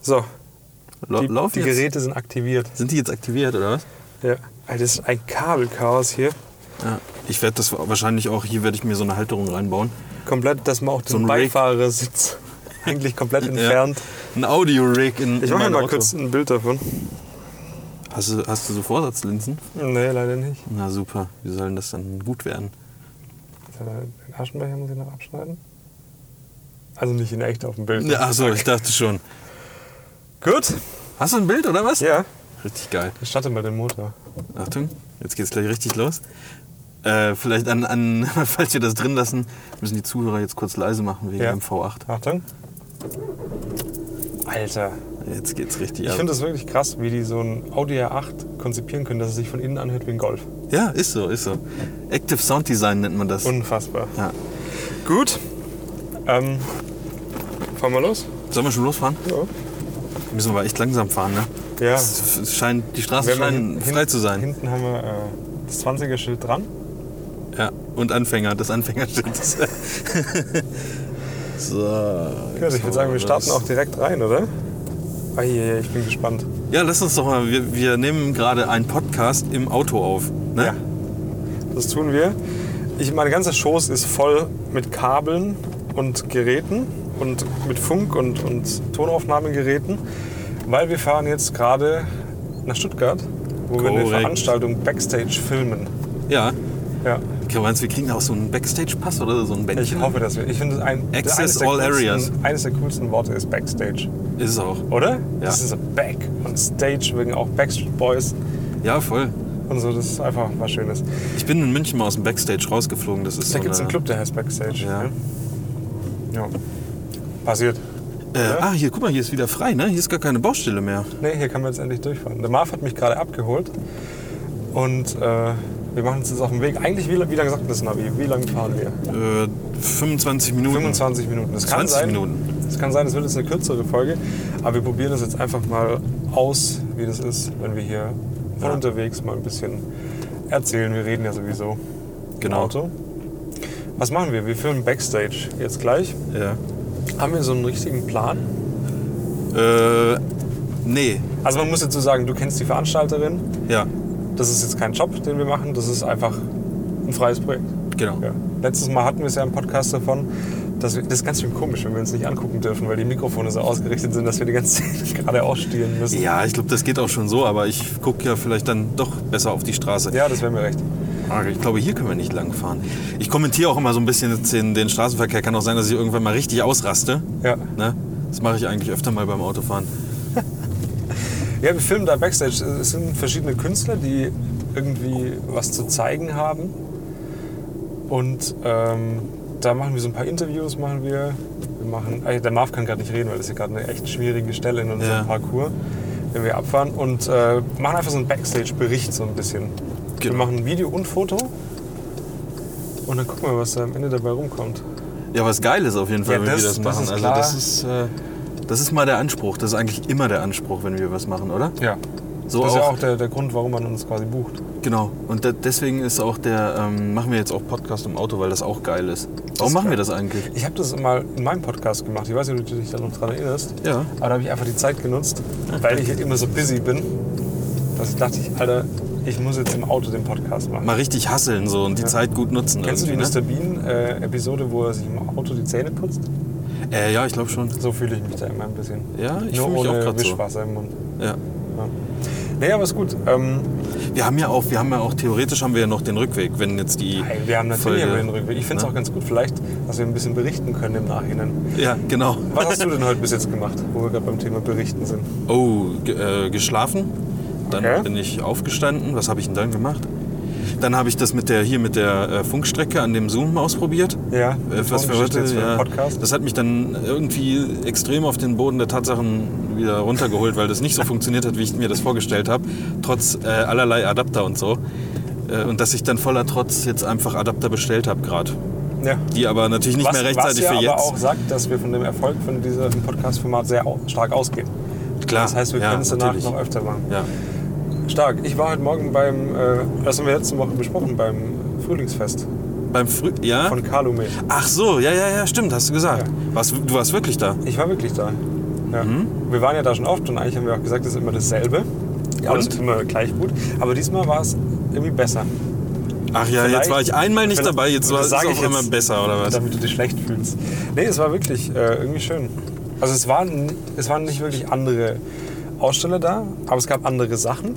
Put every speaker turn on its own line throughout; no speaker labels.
So.
La
Die,
laufen
die
jetzt-
Geräte sind aktiviert.
Sind die jetzt aktiviert oder was?
Ja. Alter, das ist ein Kabelchaos hier.
Ja. Ich werde das wahrscheinlich auch, hier werde ich mir so eine Halterung reinbauen.
Komplett, dass man auch den
ein Rig.
Beifahrersitz eigentlich komplett entfernt.
Ein Audio-Rig in,
Ich
in
mache
mein
mal
Auto.
kurz ein Bild davon.
Hast du, hast du so Vorsatzlinsen?
Nee, leider nicht.
Na super, wie soll denn das dann gut werden?
Den Aschenbecher muss ich noch abschneiden. Also nicht in echt auf dem Bild.
Ja, achso, ich dachte schon.
Gut.
Hast du ein Bild oder was?
Ja.
Richtig geil.
Ich starte mal den Motor.
Achtung, jetzt geht's gleich richtig los. Äh, vielleicht an, an, falls wir das drin lassen, müssen die Zuhörer jetzt kurz leise machen wegen
Ja.
dem V8.
Achtung. Alter.
Jetzt geht's richtig
Ich
ab.
finde es wirklich krass, wie die so ein Audi R8 konzipieren können, dass es sich von innen anhört wie ein Golf.
Ja, ist so, ist so. Active Sound Design nennt man das.
Unfassbar.
ja.
Gut. Ähm, fahren wir los?
Sollen wir schon losfahren?
Ja.
Müssen wir aber echt langsam fahren, ne?
Ja.
Es es scheint, die Straßen
Wenn wir
scheinen
hin-
frei
hin-
zu sein.
Hinten haben wir äh, das 20er-Schild dran.
Ja, und Anfänger, das Anfängerschild. so.
Gut, ich würde sagen, wir starten auch direkt rein, oder? Ah, je, je, ich bin gespannt.
Ja, lass uns doch mal. Wir, wir nehmen gerade einen Podcast im Auto auf. Ne?
Ja. Das tun wir. Ich, mein ganzer Schoß ist voll mit Kabeln und Geräten und mit Funk- und, und Tonaufnahmegeräten, weil wir fahren jetzt gerade nach Stuttgart, wo wir eine
Korrekt.
Veranstaltung Backstage filmen.
Ja.
Ja,
Okay, meinst du, wir kriegen auch so einen Backstage-Pass oder so ein Bändchen?
ich hoffe, dass wir. Ich finde, ein,
Access
eines der
all
coolsten-
areas.
Eines der coolsten Worte ist Backstage,
Ist es auch.
oder? Das ist so Back und Stage wegen auch Backstreet Boys
Ja, voll.
und so. Das ist einfach was Schönes.
Ich bin in München mal aus dem Backstage rausgeflogen. Das ist
Da
so
gibt es
eine-
einen Club, der heißt Backstage.
Ja.
ne? ja. Passiert.
Äh,
oder?
ah, hier, guck mal, hier ist wieder frei, ne? Hier ist gar keine Baustelle mehr.
Nee, hier kann man jetzt endlich durchfahren. Der Marv hat mich gerade abgeholt und äh, wir machen uns jetzt auf den Weg. Eigentlich, wie, wie lange sagt das Navi? Wie lange fahren wir?
Äh, 25 Minuten.
25 Minuten. Das kann
20
sein,
Minuten.
Es kann sein, es wird jetzt eine kürzere Folge, aber wir probieren das jetzt einfach mal aus, wie das ist, wenn wir hier von
Ja.
unterwegs mal ein bisschen erzählen. Wir reden ja sowieso im
Genau.
Auto. Was machen wir? Wir filmen Backstage jetzt gleich.
Ja.
Haben wir so einen richtigen Plan?
Äh, nee.
Also man muss dazu sagen, du kennst die Veranstalterin.
Ja,
Das ist jetzt kein Job, den wir machen. Das ist einfach ein freies Projekt.
genau.
Ja. Letztes Mal hatten wir es ja im Podcast davon. Dass wir, das ist ganz schön komisch, wenn wir uns nicht angucken dürfen, weil die Mikrofone so ausgerichtet sind, dass wir die ganze Zeit gerade ausstielen müssen.
Ja, ich glaube, das geht auch schon so, aber ich gucke ja vielleicht dann doch besser auf die Straße.
Ja, das wäre mir recht.
Ah, Ich glaube, hier können wir nicht lang fahren. Ich kommentiere auch immer so ein bisschen jetzt den, den Straßenverkehr. Kann auch sein, dass ich irgendwann mal richtig ausraste.
Ja.
Ne? Das mache ich eigentlich öfter mal beim Autofahren.
ja, wir filmen da Backstage. Es sind verschiedene Künstler, die irgendwie was zu zeigen haben. Und ähm, da machen wir so ein paar Interviews, machen wir. wir machen, äh, der Marv kann gerade nicht reden, weil das ist ja gerade eine echt schwierige Stelle in unserem
Ja.
Parcours, den wir abfahren. Und äh, machen einfach so einen Backstage-Bericht so ein bisschen. Wir
Genau.
machen ein Video und Foto. Und dann gucken wir, was da am Ende dabei rumkommt.
Ja, was geil ist auf jeden Fall,
Ja,
wenn
das-
wir das
das
machen.
ist
also
klar.
das ist, äh, das ist mal der Anspruch. Das ist eigentlich immer der Anspruch, wenn wir was machen, oder?
Ja.
So
das ist ja
auch,
auch der, der Grund, warum man uns quasi bucht.
genau. Und de- deswegen ist auch der, ähm, machen wir jetzt auch Podcast im Auto, weil das auch geil ist. Warum machen wir das eigentlich?
Ich habe das mal in meinem Podcast gemacht. Ich weiß nicht, ob du dich da noch dran erinnerst.
Ja.
Aber da habe ich einfach die Zeit genutzt, weil ich immer so busy bin, dass ich dachte, ich, Alter, ich muss jetzt im Auto den Podcast machen.
Mal richtig hasseln so und die Zeit gut nutzen.
Kennst du die
irgendwie,
Mr. Bean-Episode, wo er sich im Auto die Zähne putzt?
ne? äh, Ja, ich glaube schon.
So fühle ich mich da immer ein bisschen.
Ja, ich
Nur
fühle mich auch
ohne
gerade so.
Wischwasser im Mund.
Ja.
Ja. Naja, aber ist gut. Ähm,
Wir haben ja auch, wir haben ja auch theoretisch haben wir ja noch den Rückweg, wenn jetzt die.
hey, wir haben natürlich
Folge-
immer den Rückweg. Ich finde es
ne?
auch ganz gut, vielleicht, dass wir ein bisschen berichten können im Nachhinein.
Ja, genau.
Was hast du denn heute bis jetzt gemacht, wo wir gerade beim Thema Berichten sind?
Oh, ge äh, geschlafen. Dann
Okay.
bin ich aufgestanden. Was habe ich denn dann gemacht? Dann habe ich das mit der hier mit der äh, Funkstrecke an dem Zoom ausprobiert.
Ja,
Äh, was
Tongeschichte
wir heute,
jetzt für den
ja,
Podcast.
das hat mich dann irgendwie extrem auf den Boden der Tatsachen wieder runtergeholt, weil das nicht so funktioniert hat, wie ich mir das vorgestellt habe, trotz äh, allerlei Adapter und so. Äh, und dass ich dann voller Trotz jetzt einfach Adapter bestellt habe gerade.
Ja.
Die aber natürlich nicht
was,
mehr rechtzeitig
was ja
für jetzt.
aber auch sagt, dass wir von dem Erfolg von diesem Podcast-Format sehr au stark ausgehen.
Klar,
Das heißt, wir
ja,
können es danach
natürlich.
noch öfter machen.
ja.
Stark. Ich war heute Morgen beim, äh, das haben wir letzte Woche besprochen, beim Frühlingsfest
Beim Früh ja?
von Kalume.
Ach so, ja, ja, ja, stimmt, hast du gesagt.
Ja.
Warst, du warst wirklich da.
Ich war wirklich da. Ja.
Mhm.
Wir waren ja da schon oft und eigentlich haben wir auch gesagt, es ist immer dasselbe.
Ja,
und es
und?
ist immer gleich gut. Aber diesmal war es irgendwie besser.
Ach ja,
Vielleicht-
jetzt war ich einmal nicht
vielleicht-
dabei, jetzt war
das
es
sag ich
auf einmal
jetzt,
besser oder was?
Damit du dich schlecht fühlst. Nee, es war wirklich äh, irgendwie schön. Also es waren, es waren nicht wirklich andere Aussteller da, aber es gab andere Sachen.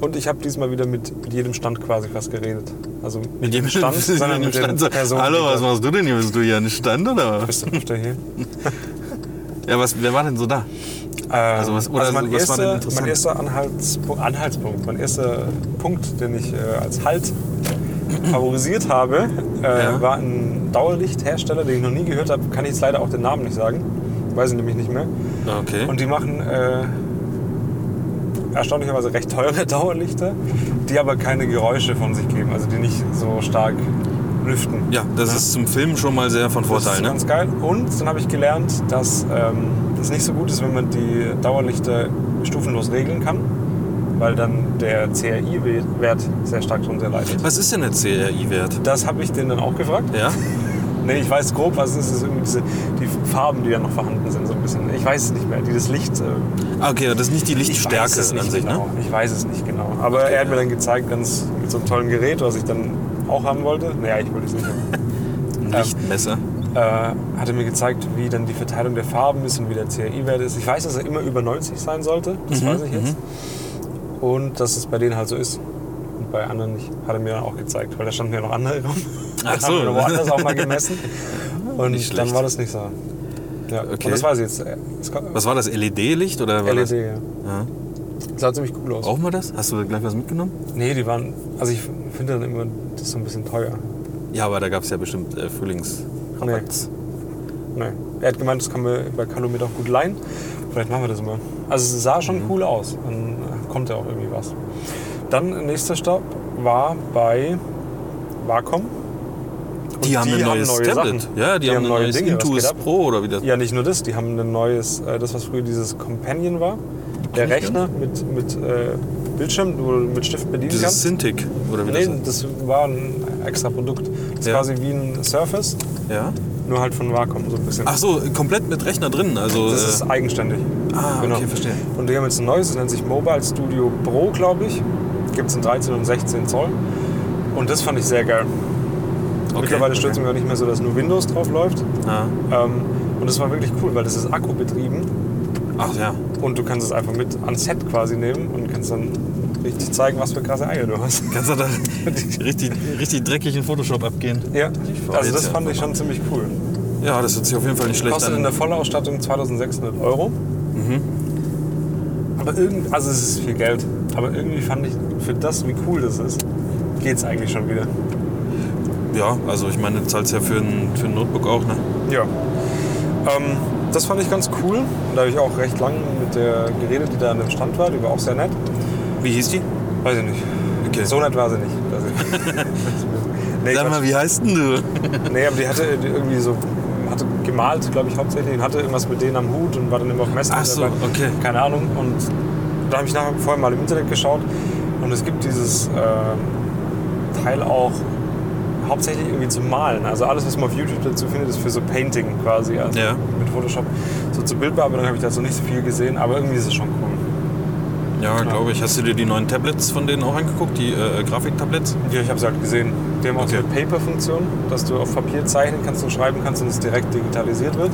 Und ich habe diesmal wieder mit, mit jedem Stand quasi was geredet. Also nicht mit jedem Stand, sondern mit den
Stand.
Personen.
Hallo,
die
was
da-
machst du denn hier? Bist du hier an Stand oder? was?
Bist du öfter hier?
Ja, was, wer war denn so da?
Also
was- oder
mein,
was war denn
erster,
interessant?
mein erster Anhaltspunkt, Anhaltspunkt, mein erster Punkt, den ich äh, als Halt favorisiert habe, äh,
Ja.
war ein Dauerlichthersteller, den ich noch nie gehört habe. Kann ich jetzt leider auch den Namen nicht sagen. Weiß ich nämlich nicht mehr.
Okay.
Und die machen äh, erstaunlicherweise recht teure Dauerlichter, die aber keine Geräusche von sich geben, also die nicht so stark lüften.
ja, das ist zum Filmen schon mal sehr von
Das
Vorteil,
ist
ne?
ganz geil. Und dann habe ich gelernt, dass ähm, es nicht so gut ist, wenn man die Dauerlichter stufenlos regeln kann, weil dann der CRI-Wert sehr stark darunter leidet.
Was ist denn der CRI-Wert?
Das habe ich den dann auch gefragt.
Ja?
Nee, ich weiß grob, was es ist. Es ist irgendwie diese, die Farben, die da noch vorhanden sind, so ein bisschen. Ich weiß es nicht mehr. Die das Licht. Äh,
Ah, okay, das ist nicht die
ich
Lichtstärke
weiß es nicht
an sich,
genau.
ne?
Ich weiß es nicht genau. Aber er hat mir dann gezeigt, ganz mit so einem tollen Gerät, was ich dann auch haben wollte. Naja, ich wollte es nicht haben.
Ein
Ähm,
Lichtmesser.
äh, hat er mir gezeigt, wie dann die Verteilung der Farben ist und wie der CRI-Wert ist. Ich weiß, dass er immer über 90 sein sollte, das
Mhm,
weiß ich jetzt. Und dass es bei denen halt so ist. Und bei anderen nicht, hat er mir dann auch gezeigt, weil da standen ja noch andere rum.
Ach
Die
so.
haben wir woanders auch mal gemessen. Und
Nicht schlecht.
dann war das nicht so. Ja,
Okay.
und das weiß ich jetzt. Es kommt-
Was war das? LED-Licht oder war
LED,
das?
ja.
Ja. Oh.
Sah ziemlich cool aus.
Brauchen wir das? Hast du gleich was mitgenommen?
Nee, die waren, also ich finde dann immer, das ist so ein bisschen teuer.
Ja, aber da gab es ja bestimmt äh, Frühlings.
Nee. nee. Er hat gemeint, das kann man bei Kalumet auch gut leihen. Vielleicht machen wir das mal. Also es sah
Mhm.
schon cool aus. Dann äh, kommt ja auch irgendwie was. Dann nächster Stopp war bei Wacom. Und
Die haben ein neues Tablet.
Sachen.
Ja, die, haben, ein neues
Dinge, was geht
Intuos
ab?
Pro oder wie das.
Ja, nicht nur das, die haben ein neues, äh, das was früher dieses Companion war. Der
Kenn ich
Rechner mit, mit äh, Bildschirm, wo du mit Stift bedienen
Dieses
kannst.
Cintiq oder wie
Nee,
das. heißt.
das war ein extra Produkt. Das ist
Ja.
quasi wie ein Surface,
Ja.
nur halt von Wacom so ein bisschen.
Ach so, komplett mit Rechner drin. Also
Das ist
äh,
eigenständig. Genau.
Ah, okay, verstehe.
Und die haben jetzt ein neues, das nennt sich Mobile Studio Pro, glaube ich. Gibt es in 13 und 16 Zoll. Und das fand ich sehr geil.
okay.
Mittlerweile stört es mich auch nicht mehr so, dass nur Windows drauf läuft.
Ja.
Ähm, und das war wirklich cool, weil das ist akkubetrieben
Ach ja.
und du kannst es einfach mit ans Set quasi nehmen und kannst dann richtig zeigen, was für krasse Eier du hast.
Kannst du da richtig, richtig dreckig in Photoshop abgehen?
Ja,
fahr
also
jetzt
das
hier
fand ich schon ziemlich cool.
Ja, das hört sich auf jeden Fall nicht schlecht
Kostet in
an.
der Vollausstattung 2600 Euro.
Mhm.
Aber irgend, also es ist viel Geld. Aber irgendwie fand ich, für das, wie cool das ist, geht's eigentlich schon wieder.
Ja, also ich meine, du zahlst ja für ein, für ein Notebook auch, ne?
Ja. Ähm, das fand ich ganz cool. Und da habe ich auch recht lang mit der geredet, die da an dem Stand war. Die war auch sehr nett.
Wie hieß die?
Weiß ich nicht.
Okay.
So nett war sie nicht. Dass ich- nee,
Sag mal,
Quatsch.
wie heißt denn du?
nee, aber die hatte die irgendwie so hatte gemalt, glaube ich, hauptsächlich und hatte irgendwas mit denen am Hut und war dann immer auf Messen
Ach so,
dabei.
okay.
Keine Ahnung. Und da habe ich nachher vorher mal im Internet geschaut und es gibt dieses ähm, Teil auch hauptsächlich irgendwie zum Malen. Also alles, was man auf YouTube dazu findet, ist für so Painting quasi. Also
Ja.
mit Photoshop. So zur Bildbearbeitung habe ich dazu nicht so viel gesehen, aber irgendwie ist es schon cool.
Ja, glaube ich. Hast du dir die neuen Tablets von denen auch angeguckt? Die äh, Grafiktablets?
Ja, ich habe es halt gesehen. Die haben auch so
Okay.
eine Paper-Funktion, dass du auf Papier zeichnen kannst und schreiben kannst und es direkt digitalisiert wird.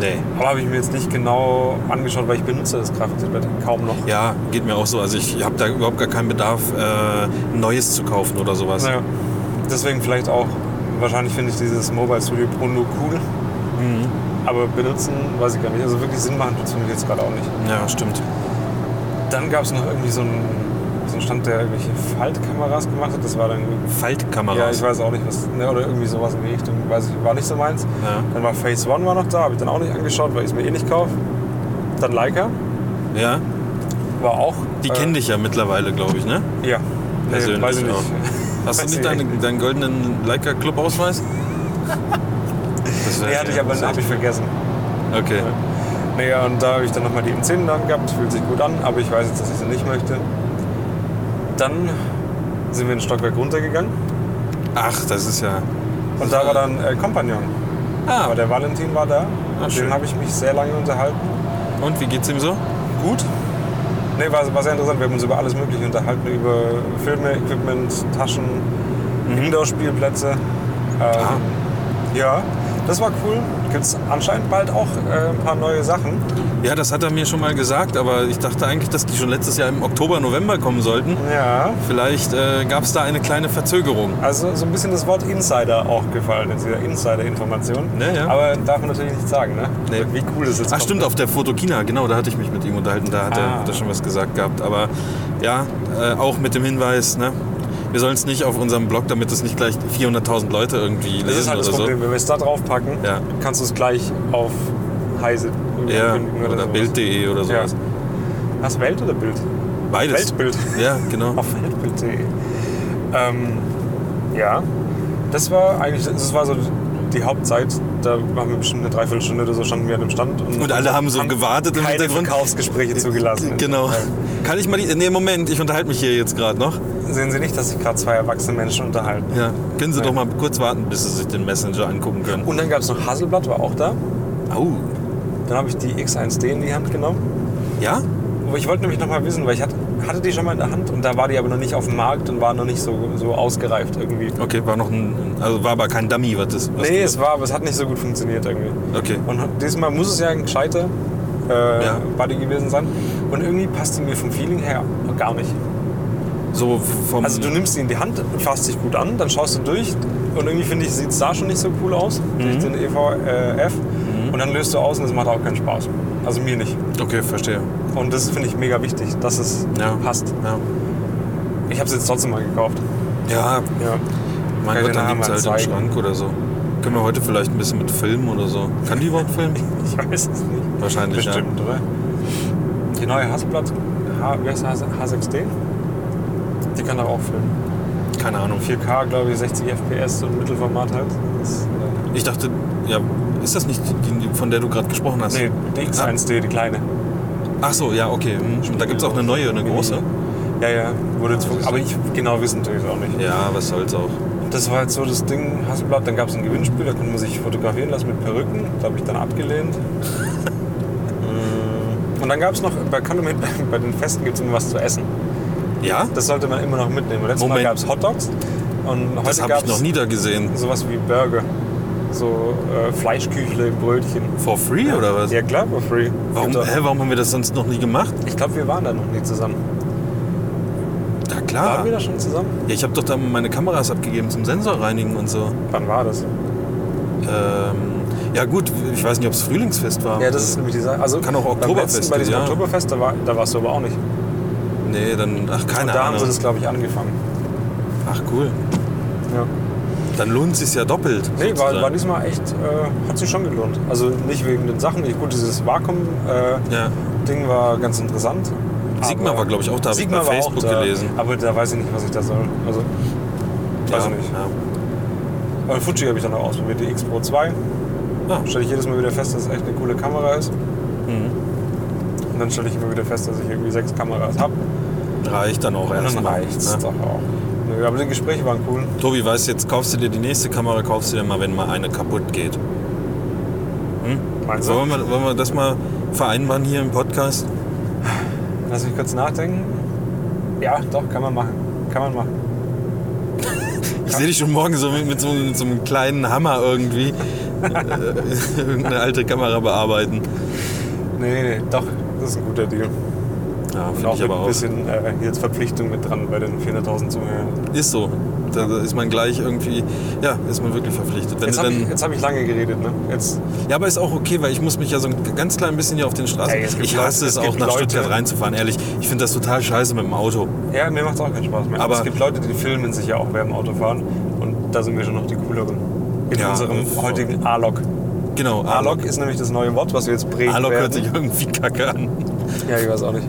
Nee.
Aber habe ich mir jetzt nicht genau angeschaut, weil ich benutze das Grafiktablett kaum noch.
Ja, geht mir auch so. Also ich habe da überhaupt gar keinen Bedarf, äh, ein Neues zu kaufen oder sowas.
Naja. Deswegen vielleicht auch, wahrscheinlich finde ich dieses Mobile Studio Pro nur cool,
Mhm.
aber benutzen weiß ich gar nicht. Also wirklich Sinn machen tut es für mich jetzt gerade auch nicht.
Ja, stimmt.
Dann gab es noch irgendwie so einen, so einen Stand, der irgendwelche Faltkameras gemacht hat. Das war dann irgendwie. Ja,
Faltkameras.
ich weiß auch nicht, was. Ne, oder irgendwie sowas in die Richtung. Weiß ich, war nicht so meins.
Ja.
Dann war Phase One war noch da, habe ich dann auch nicht angeschaut, weil ich es mir eh nicht kaufe. Dann Leica
ja.
war auch.
Die kennen dich ja mittlerweile, glaube ich, ne?
dich. Ja. Nee,
Persönlich
weiß ich nicht.
auch. Hast du
Weiß ich
nicht deinen, deinen goldenen Leica-Club-Ausweis? Das wär-
Nee, hatte ich aber habe ich vergessen.
Okay.
Nee, und da habe ich dann nochmal die M10 dann gehabt, fühlt sich gut an, aber ich weiß jetzt, dass ich sie nicht möchte. Dann sind wir in Stockwerk runtergegangen
Ach, das ist ja.
und da war dann äh, Compagnon.
Ah,
Aber der Valentin war da,
Ah,
mit
schön.
dem habe ich mich sehr lange unterhalten.
Und wie geht's ihm so?
Gut. Nee, war, war sehr interessant. Wir haben uns über alles Mögliche unterhalten, über Filme, Equipment, Taschen,
Mhm.
Indoor-Spielplätze. Ähm,
Ah.
Ja, das war cool. Gibt es anscheinend bald auch äh, ein paar neue Sachen.
Ja, das hat er mir schon mal gesagt, aber ich dachte eigentlich, dass die schon letztes Jahr im Oktober, November kommen sollten.
Ja.
Vielleicht äh, gab es da eine kleine Verzögerung.
Also so ein bisschen das Wort Insider auch gefallen, jetzt wieder Insider-Information.
Ja, ja.
Aber darf man natürlich nicht sagen, ne?
Nee.
Wie cool das jetzt
Ach
kommt. ne?
stimmt, auf der Fotokina, genau, da hatte ich mich mit ihm unterhalten, da hat,
Ah.
er, hat er schon was gesagt gehabt. Aber ja, äh, auch mit dem Hinweis, ne, wir sollen es nicht auf unserem Blog, damit es nicht gleich 400.000 Leute irgendwie lesen
Das ist halt das
oder
Problem. Wenn wir es da draufpacken,
Ja.
kannst du es gleich auf Heise
so. Ja,
ankündigen
oder,
sowas.
Bild.de oder
Ja.
sowas.
Hast du Welt oder Bild?
Beides.
Weltbild.
Ja, genau.
Auf Weltbild.de. Ähm, ja, das war eigentlich, das war so die Hauptzeit. Da waren wir bestimmt eine Dreiviertelstunde oder so, standen wir an dem Stand. Und,
Und alle haben so gewartet im
keine
Hintergrund.
Verkaufsgespräche zugelassen.
Genau. Kann ich mal die. Nee, Moment, ich unterhalte mich hier jetzt gerade noch.
Sehen Sie nicht, dass sich gerade zwei erwachsene Menschen unterhalten.
Ja. Können Sie doch mal kurz warten, bis Sie sich den Messenger angucken können.
Und dann gab es noch Hasselblatt, war auch da. Oh.
Au.
Dann habe ich die X1D in die Hand genommen.
Ja?
Aber ich wollte nämlich noch mal wissen, weil ich hatte, hatte die schon mal in der Hand und da war die aber noch nicht auf dem Markt und war noch nicht so, so ausgereift irgendwie.
Okay, war noch ein. Also war aber kein Dummy, was das. Was
Nee, es war, aber es hat nicht so gut funktioniert irgendwie.
Okay.
Und diesmal muss es ja ein gescheiter äh,
Ja.
Buddy gewesen sein. Und irgendwie passt die mir vom Feeling her gar nicht.
So vom.
Also du nimmst die in die Hand und fasst dich gut an, dann schaust du durch und irgendwie finde ich, sieht es da schon nicht so cool aus, durch den EVF. Und dann löst du aus und das macht auch keinen Spaß. Also mir nicht.
okay, verstehe.
Und das finde ich mega wichtig, dass es
Ja.
passt.
Ja.
Ich habe es jetzt trotzdem mal gekauft.
Ja,
Ja.
mein
Kann ich
Gott,
den
dann
Namen
liegt halt im
zeigen?
Schrank oder so. Können wir heute vielleicht ein bisschen mit filmen oder so? Kann die überhaupt filmen?
Ich weiß es nicht.
Wahrscheinlich, ja.
Bestimmt, oder? Die neue Hasselblatt, H, wie heißt der, H6D? Die kann doch auch filmen.
Keine Ahnung.
4K, glaube ich, 60 FPS und Mittelformat halt. Das,
Ich dachte, ja, ist das nicht die, die- von der du gerade gesprochen hast?
äh, nee, die X1D, die kleine.
Ach so, ja, okay. Hm. Und da gibt es auch eine neue,
Mhm.
eine große.
Ja, ja, wurde jetzt vor- Aber ich genau wissen natürlich auch nicht.
Ja, was soll's auch.
Das war jetzt so das Ding, Hasselblatt, dann gab es ein Gewinnspiel, da konnte man sich fotografieren lassen mit Perücken. Da habe ich dann abgelehnt. Mm, und dann gab es noch, bei, Condom Hit- bei den Festen gibt es immer was zu essen.
Ja?
Das sollte man immer noch mitnehmen. Letztes Mal
Moment.
gab es Hotdogs und
Das
heute
habe
gab
ich noch
es
nie da gesehen.
sowas wie Burger. So äh, Fleischküchle, Brötchen.
For free oder was?
Ja klar, for free.
Warum,
Gibt auch-
hä, warum haben wir das sonst noch nie gemacht?
Ich glaube, wir waren da noch nie zusammen.
Ja klar.
Waren wir da schon zusammen?
Ja, ich habe doch da meine Kameras abgegeben zum Sensor reinigen und so.
Wann war das?
Ähm, ja gut, ich weiß nicht, ob es Frühlingsfest war.
Ja, das ist nämlich die Sache. Also
Kann auch
beim
Oktoberfest,
letzten, bei diesem
ja.
Oktoberfest, da, war, da warst du aber auch nicht.
Nee, dann, ach keine
Und da haben
Ahnung.
sie das, glaube ich, angefangen.
ach cool.
Ja.
Dann lohnt es ja doppelt.
Nee, war,
sozusagen.
war diesmal echt, äh, hat sich schon gelohnt. Also nicht wegen den Sachen. Ich, gut, dieses Vakuum-Ding äh,
Ja.
war ganz interessant.
Sigmar
aber-
war, glaube ich, auch da, habe ich
Sigmar
bei
war auch
Facebook
da,
gelesen.
Aber da weiß ich nicht, was ich da soll. Also, weiß
ja,
ich nicht.
Ja.
Aber Fuji habe ich dann auch ausprobiert, die X Pro 2.
Ah.
Stelle ich jedes Mal wieder fest, dass es echt eine coole Kamera ist.
Mhm.
Und dann stelle ich immer wieder fest, dass ich irgendwie sechs Kameras habe. Und
Reicht dann auch
dann
erstmal. ne?
reicht es doch auch. ne? Nö, Aber die Gespräche waren cool.
Tobi, weißt du, jetzt kaufst du dir die nächste Kamera, kaufst du dir mal, wenn mal eine kaputt geht.
Meinst du?
Wollen wir, wollen wir das mal vereinbaren hier im Podcast?
Lass mich kurz nachdenken. Ja, doch, kann man machen. Kann man machen.
Ich sehe dich schon morgen so mit, mit, so, mit so einem kleinen Hammer irgendwie äh, irgendeine alte Kamera bearbeiten.
Nee, nee, nee, doch, das ist ein guter Deal.
Ja,
Und
finde
auch
ich
mit
aber
ein
auch.
bisschen äh, jetzt Verpflichtung mit dran bei den 400.000 Zuhörern.
Ist so. Da, da ist man gleich irgendwie, ja, ist man wirklich verpflichtet. Wenn
Jetzt
du
habe
dann,
ich, jetzt hab ich lange geredet, ne? Jetzt
ja, aber ist auch okay, weil ich muss mich ja so ein ganz klein bisschen hier auf den Straßen.
Ey, es gibt
ich
Leute-
hasse es
es
auch,
gibt
nach
Leute-
Stuttgart reinzufahren, ehrlich. Ich finde das total scheiße mit dem Auto.
Ja, mir macht es auch keinen Spaß mehr.
Aber-
Aber es gibt Leute, die filmen sich ja auch während dem Autofahren. Und da sind wir schon noch die cooleren. In
Ja,
unserem
voll.
heutigen A-Log.
Genau,
A-Log ist nämlich das neue Wort, was wir jetzt prägen
Alok hört
werden.
sich irgendwie kacke an.
Ja, ich weiß auch nicht.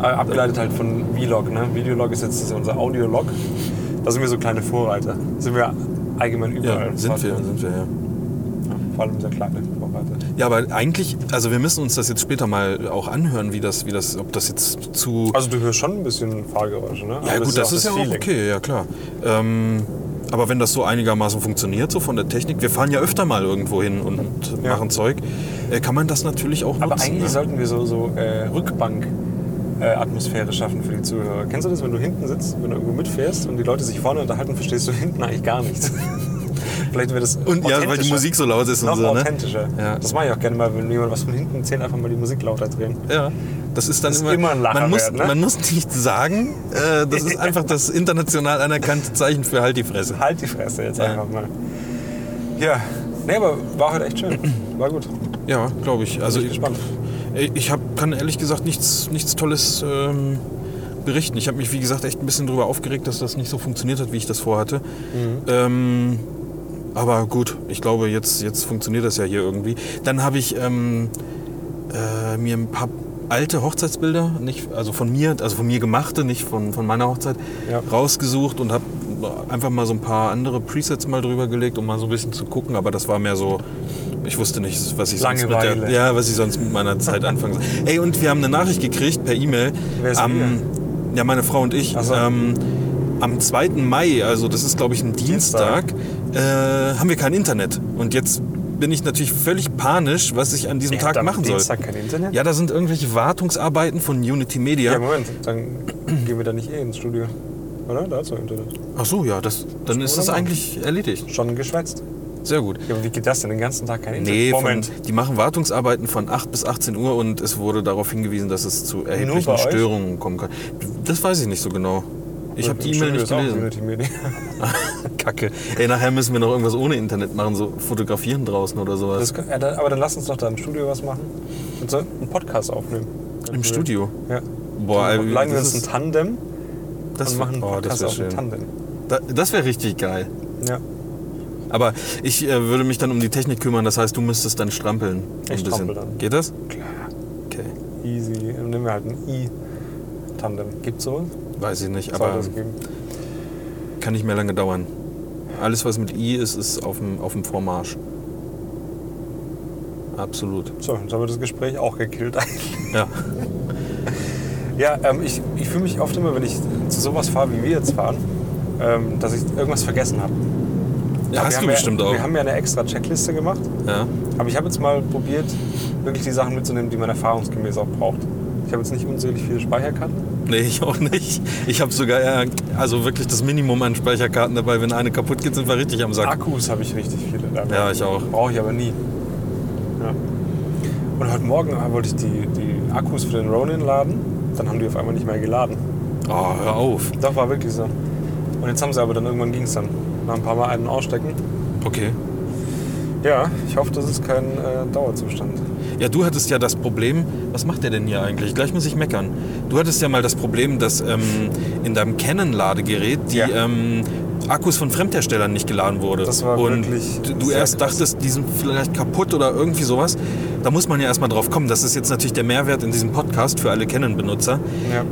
Äh, Abgeleitet halt von Vlog. Ne? Videolog ist jetzt unser Audiolog. Da sind wir so kleine Vorreiter. Sind wir allgemein überall. ne?
Ja, sind wir, sind wir, ja.
Vor allem sehr kleine Vorreiter.
Ja, aber eigentlich, also wir müssen uns das jetzt später mal auch anhören, wie das, wie das, ob das jetzt zu.
Also du hörst schon ein bisschen Fahrgeräusche, ne?
ja
Aber
gut, das ist, ja auch
Feeling.
okay, ja klar. Ähm, Aber wenn das so einigermaßen funktioniert, so von der Technik, wir fahren ja öfter mal irgendwo hin und
Ja.
machen Zeug, äh, kann man das natürlich auch
Aber
nutzen.
eigentlich
ne?
sollten wir so, so äh, Rückbank-Atmosphäre schaffen für die Zuhörer. Kennst du das, wenn du hinten sitzt, wenn du irgendwo mitfährst und die Leute sich vorne unterhalten, verstehst du hinten eigentlich gar nichts? Vielleicht wäre das
Und ja, weil die
authentischer.
Musik so laut ist und
noch
so. Ne?
authentischer.
Ja.
Das mache ich auch gerne mal, wenn jemand was von hinten zählt, einfach mal die Musik lauter drehen.
Ja, das ist dann
Das ist
immer,
immer ein Lacher
man, muss,
wert, ne?
man muss nicht sagen, äh, das ist einfach das international anerkannte Zeichen für halt die Fresse.
Halt die Fresse jetzt
Ja.
einfach mal. Ja, nee, aber war heute echt schön. War gut.
Ja, glaube ich. Also
ich
ich,
gespannt.
ich hab, kann ehrlich gesagt nichts, nichts Tolles ähm, berichten. Ich habe mich, wie gesagt, echt ein bisschen darüber aufgeregt, dass das nicht so funktioniert hat, wie ich das vorhatte.
Mhm.
Ähm, aber gut, ich glaube, jetzt, jetzt funktioniert das ja hier irgendwie. Dann habe ich ähm, äh, mir ein paar alte Hochzeitsbilder, nicht, also von mir, also von mir gemachte, nicht von, von meiner Hochzeit,
Ja.
rausgesucht und habe einfach mal so ein paar andere Presets mal drüber gelegt, um mal so ein bisschen zu gucken. Aber das war mehr so, ich wusste nicht, was ich sonst mit der,
Langeweile.
ja, was ich sonst mit meiner Zeit anfangen soll. Ey, und wir haben eine Nachricht gekriegt per E-Mail.
Wer ist
am- Ja, meine Frau und ich.
Ach so.
Ähm, am 2. Mai, also das ist glaube ich ein Dienstag, äh, haben wir kein Internet. Und jetzt bin ich natürlich völlig panisch, was ich an diesem Tag
Dann
machen soll.
Dienstag kein Internet?
Ja, da sind irgendwelche Wartungsarbeiten von Unity Media.
Ja, Moment, dann gehen wir da nicht eh ins Studio. Oder? Da hat's doch Internet.
Ach so, ja, das, dann ist das
wunderbar.
eigentlich erledigt.
Schon geschwätzt.
Sehr gut.
Ja, aber wie geht das denn? Den ganzen Tag kein Internet?
Nee, von,
Moment.
die machen Wartungsarbeiten von 8 bis 18 Uhr und es wurde darauf hingewiesen, dass es zu
bei
erheblichen
euch?
Störungen kommen kann. Das weiß ich nicht so genau. Ich habe die E-Mail nicht gelesen. Kacke. Ey, nachher müssen wir noch irgendwas ohne Internet machen, so fotografieren draußen oder sowas.
Das, kö- ja, dann- aber dann lass uns doch da im Studio was machen. Und so einen Podcast aufnehmen.
Im Studio.
Ja.
Boah,
Dann
ey,
leihen wir
das
uns ein
ist-
Tandem
Das,
und machen einen
oh, das
Podcast
wäre
auf dem
schön.
Tandem.
Da, das wäre richtig geil.
Ja.
Aber ich äh, würde mich dann um die Technik kümmern, das heißt, du müsstest dann strampeln.
Ich strampel dann.
Geht das?
Klar.
Okay.
Easy. Dann nehmen wir halt ein I-Tandem. Gibt's sowas?
Weiß ich nicht,
Soll
aber
das geben?
kann nicht mehr lange dauern. Alles, was mit I ist, ist auf dem, auf dem Vormarsch. Absolut.
So, jetzt haben wir das Gespräch auch gekillt.
Ja.
ja, ähm, ich, ich fühle mich oft immer, wenn ich zu sowas fahre, wie wir jetzt fahren, ähm, dass ich irgendwas vergessen habe.
ja hast du
haben
bestimmt
ja,
auch.
Wir haben ja eine extra Checkliste gemacht.
ja.
Aber ich habe jetzt mal probiert, wirklich die Sachen mitzunehmen, die man erfahrungsgemäß auch braucht. Ich habe jetzt nicht unzählig viele Speicherkarten.
Nee, ich auch nicht. Ich habe sogar äh, also wirklich das Minimum an Speicherkarten dabei. Wenn eine kaputt geht, sind wir richtig am Sack.
Akkus habe ich richtig viele. dabei.
Ja, ich auch.
Brauche ich aber nie. Ja. Und heute Morgen äh, wollte ich die, die Akkus für den Ronin laden. Dann haben die auf einmal nicht mehr geladen.
Oh, hör auf.
Doch, war wirklich so. Und jetzt haben sie aber dann irgendwann ging es dann. Nach ein paar Mal einen ausstecken.
Okay.
Ja, ich hoffe, das ist kein äh, Dauerzustand.
Ja, du hattest ja das Problem, was macht der denn hier eigentlich? Gleich muss ich meckern. Du hattest ja mal das Problem, dass ähm, in deinem Canon-Ladegerät die
Ja.
ähm, Akkus von Fremdherstellern nicht geladen wurde.
Das war
Und
wirklich
du- du
sehr
erst
krass.
dachtest, die sind vielleicht kaputt oder irgendwie sowas. Da muss man ja erstmal drauf kommen. Das ist jetzt natürlich der Mehrwert in diesem Podcast für alle Canon-Benutzer.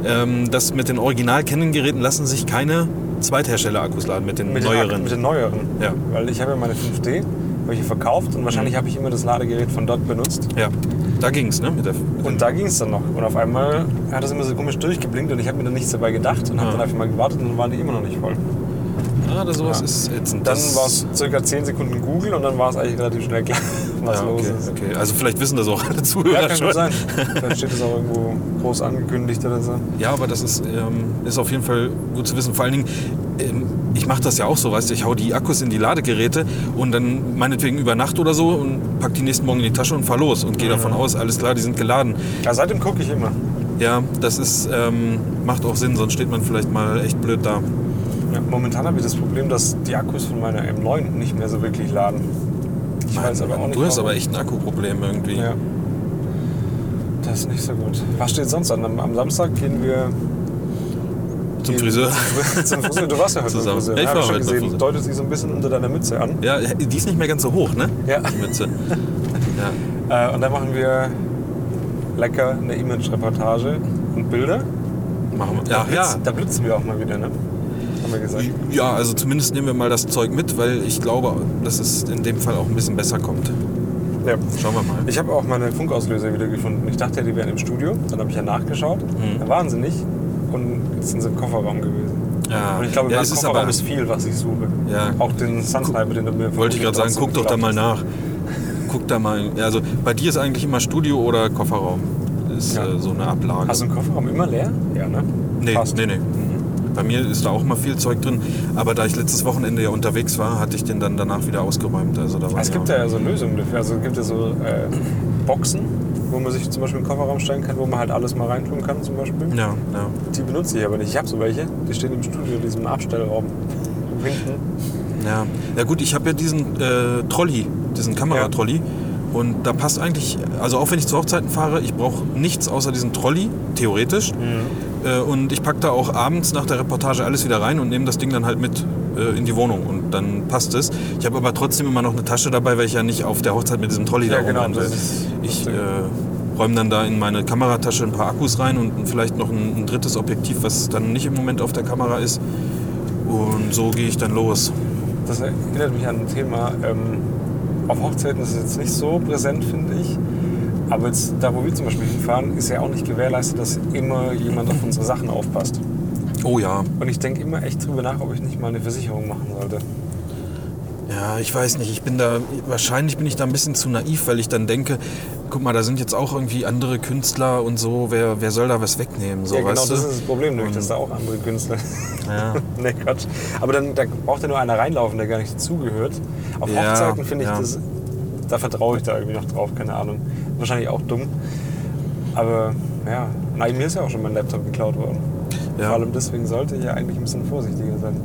Ähm, dass mit den Original-Canon-Geräten lassen sich keine Zweithersteller-Akkus laden, mit den
Mit den, Ak-
neueren.
mit den neueren.
Ja. Mhm.
Weil ich habe ja meine 5D, habe ich hier verkauft und wahrscheinlich habe ich immer das Ladegerät von dort benutzt.
ja, da ging's, ne? Mit der,
Und da ging es dann noch. Und auf einmal hat es immer so komisch durchgeblinkt und ich habe mir dann nichts dabei gedacht und habe
Ja.
dann einfach mal gewartet und dann waren die immer noch nicht voll.
ah, das sowas
Ja.
ist ätzend.
Dann
Das-
war es circa 10 Sekunden Google und dann war es eigentlich relativ schnell klar, was
ja,
los
okay,
ist.
okay. Also vielleicht wissen das auch alle Zuhörer
Ja, kann
schon.
schon sein. Dann steht es auch irgendwo groß angekündigt oder so.
Ja, aber das ist, ähm, ist auf jeden Fall gut zu wissen. Vor allen Dingen, ähm, ich mache das ja auch so, weißt du, ich hau die Akkus in die Ladegeräte und dann meinetwegen über Nacht oder so und pack die nächsten Morgen in die Tasche und fahr los und gehe davon aus, alles klar, die sind geladen.
Ja, seitdem gucke ich immer.
Ja, das ist, ähm, macht auch Sinn, sonst steht man vielleicht mal echt blöd da.
Ja, momentan habe ich das Problem, dass die Akkus von meiner M9 nicht mehr so wirklich laden. Ich weiß aber auch nicht.
du hast
warum.
aber echt ein Akkuproblem irgendwie.
Ja. Das ist nicht so gut. Was steht sonst an? Am, am Samstag gehen wir
Zum
gehen
Friseur.
Zum Friseur. Du warst ja heute
Zusammen.
beim Friseur.
Ja, ich
hab
war
schon
heute beim
gesehen.
Friseur.
Deutet sich so ein bisschen unter deiner Mütze an.
Ja, die ist nicht mehr ganz so hoch, ne?
Ja.
Die Mütze. Ja.
Äh, und dann machen wir lecker eine Image-Reportage und Bilder.
Machen wir. Ja, ja.
Da blitzen wir auch mal wieder, ne? Haben wir gesagt.
Ja, also zumindest nehmen wir mal das Zeug mit, weil ich glaube, dass es in dem Fall auch ein bisschen besser kommt.
Ja.
Schauen wir mal.
Ich habe auch meine Funkauslöser wieder gefunden. Ich dachte, ja,
Mhm.
die wären im Studio. Dann habe ich ja nachgeschaut. Da waren sie nicht. Und jetzt sind sie im Kofferraum gewesen.
Ja.
Und ich glaube,
Ja,
ja,
es
im
ist
Kofferraum
aber-
ist viel, was ich suche.
Ja.
Auch den Sunsniper, den du mir
Wollte ich gerade sagen,
hast,
guck doch da mal nach. Guck da mal. ja, Also bei dir ist eigentlich immer Studio oder Kofferraum. Ist
Ja.
äh, so eine Ablage.
Hast du den Kofferraum immer leer? Ja, ne?
nee,
Passt.
nee, nee. Bei mir ist da auch immer viel Zeug drin. Aber da ich letztes Wochenende ja unterwegs war, hatte ich den dann danach wieder ausgeräumt. Also da war
Es
ja
gibt ja so Lösungen dafür. Also es gibt ja so äh, Boxen, wo man sich zum Beispiel einen Kofferraum stellen kann, wo man halt alles mal reintun kann zum Beispiel.
Ja, ja.
Die benutze ich aber nicht. Ich habe so welche. Die stehen im Studio in diesem Abstellraum. Hinten.
Ja, ja gut, ich habe ja diesen äh, Trolley, diesen Kameratrolley. Und da passt eigentlich, also auch wenn ich zu Hochzeiten fahre, ich brauche nichts außer diesen Trolley, theoretisch. Äh, und ich packe da auch abends nach der Reportage alles wieder rein und nehme das Ding dann halt mit äh, in die Wohnung. Und dann passt es. Ich habe aber trotzdem immer noch eine Tasche dabei, weil ich ja nicht auf der Hochzeit mit diesem Trolley
Ja,
da rumrennen
genau, das
will.
ist-
Ich äh, räume dann da in meine Kameratasche ein paar Akkus rein und vielleicht noch ein, ein drittes Objektiv, was dann nicht im Moment auf der Kamera ist. Und so gehe ich dann los.
Das erinnert mich an ein Thema. Ähm, auf Hochzeiten ist es jetzt nicht so präsent, finde ich. Aber jetzt, da, wo wir zum Beispiel hinfahren, ist ja auch nicht gewährleistet, dass immer jemand auf unsere Sachen aufpasst.
Oh ja.
Und ich denke immer echt drüber nach, ob ich nicht mal eine Versicherung machen sollte.
Ja, ich weiß nicht. Ich bin da, wahrscheinlich bin ich da ein bisschen zu naiv, weil ich dann denke, guck mal, da sind jetzt auch irgendwie andere Künstler und so, wer, wer soll da was wegnehmen? So,
ja, genau,
weißt
das
du?
ist das Problem, nämlich,
Und-
dass da auch andere Künstler.
Ja.
nee, Quatsch. Aber dann da braucht ja nur einer reinlaufen, der gar nicht dazugehört. Auf
Ja,
Hochzeiten finde ich
ja.
das. Da vertraue ich da irgendwie noch drauf, keine Ahnung. Wahrscheinlich auch dumm. Aber ja, na, mir ist ja auch schon mein Laptop geklaut worden.
Ja.
Vor allem deswegen sollte ich ja eigentlich ein bisschen vorsichtiger sein.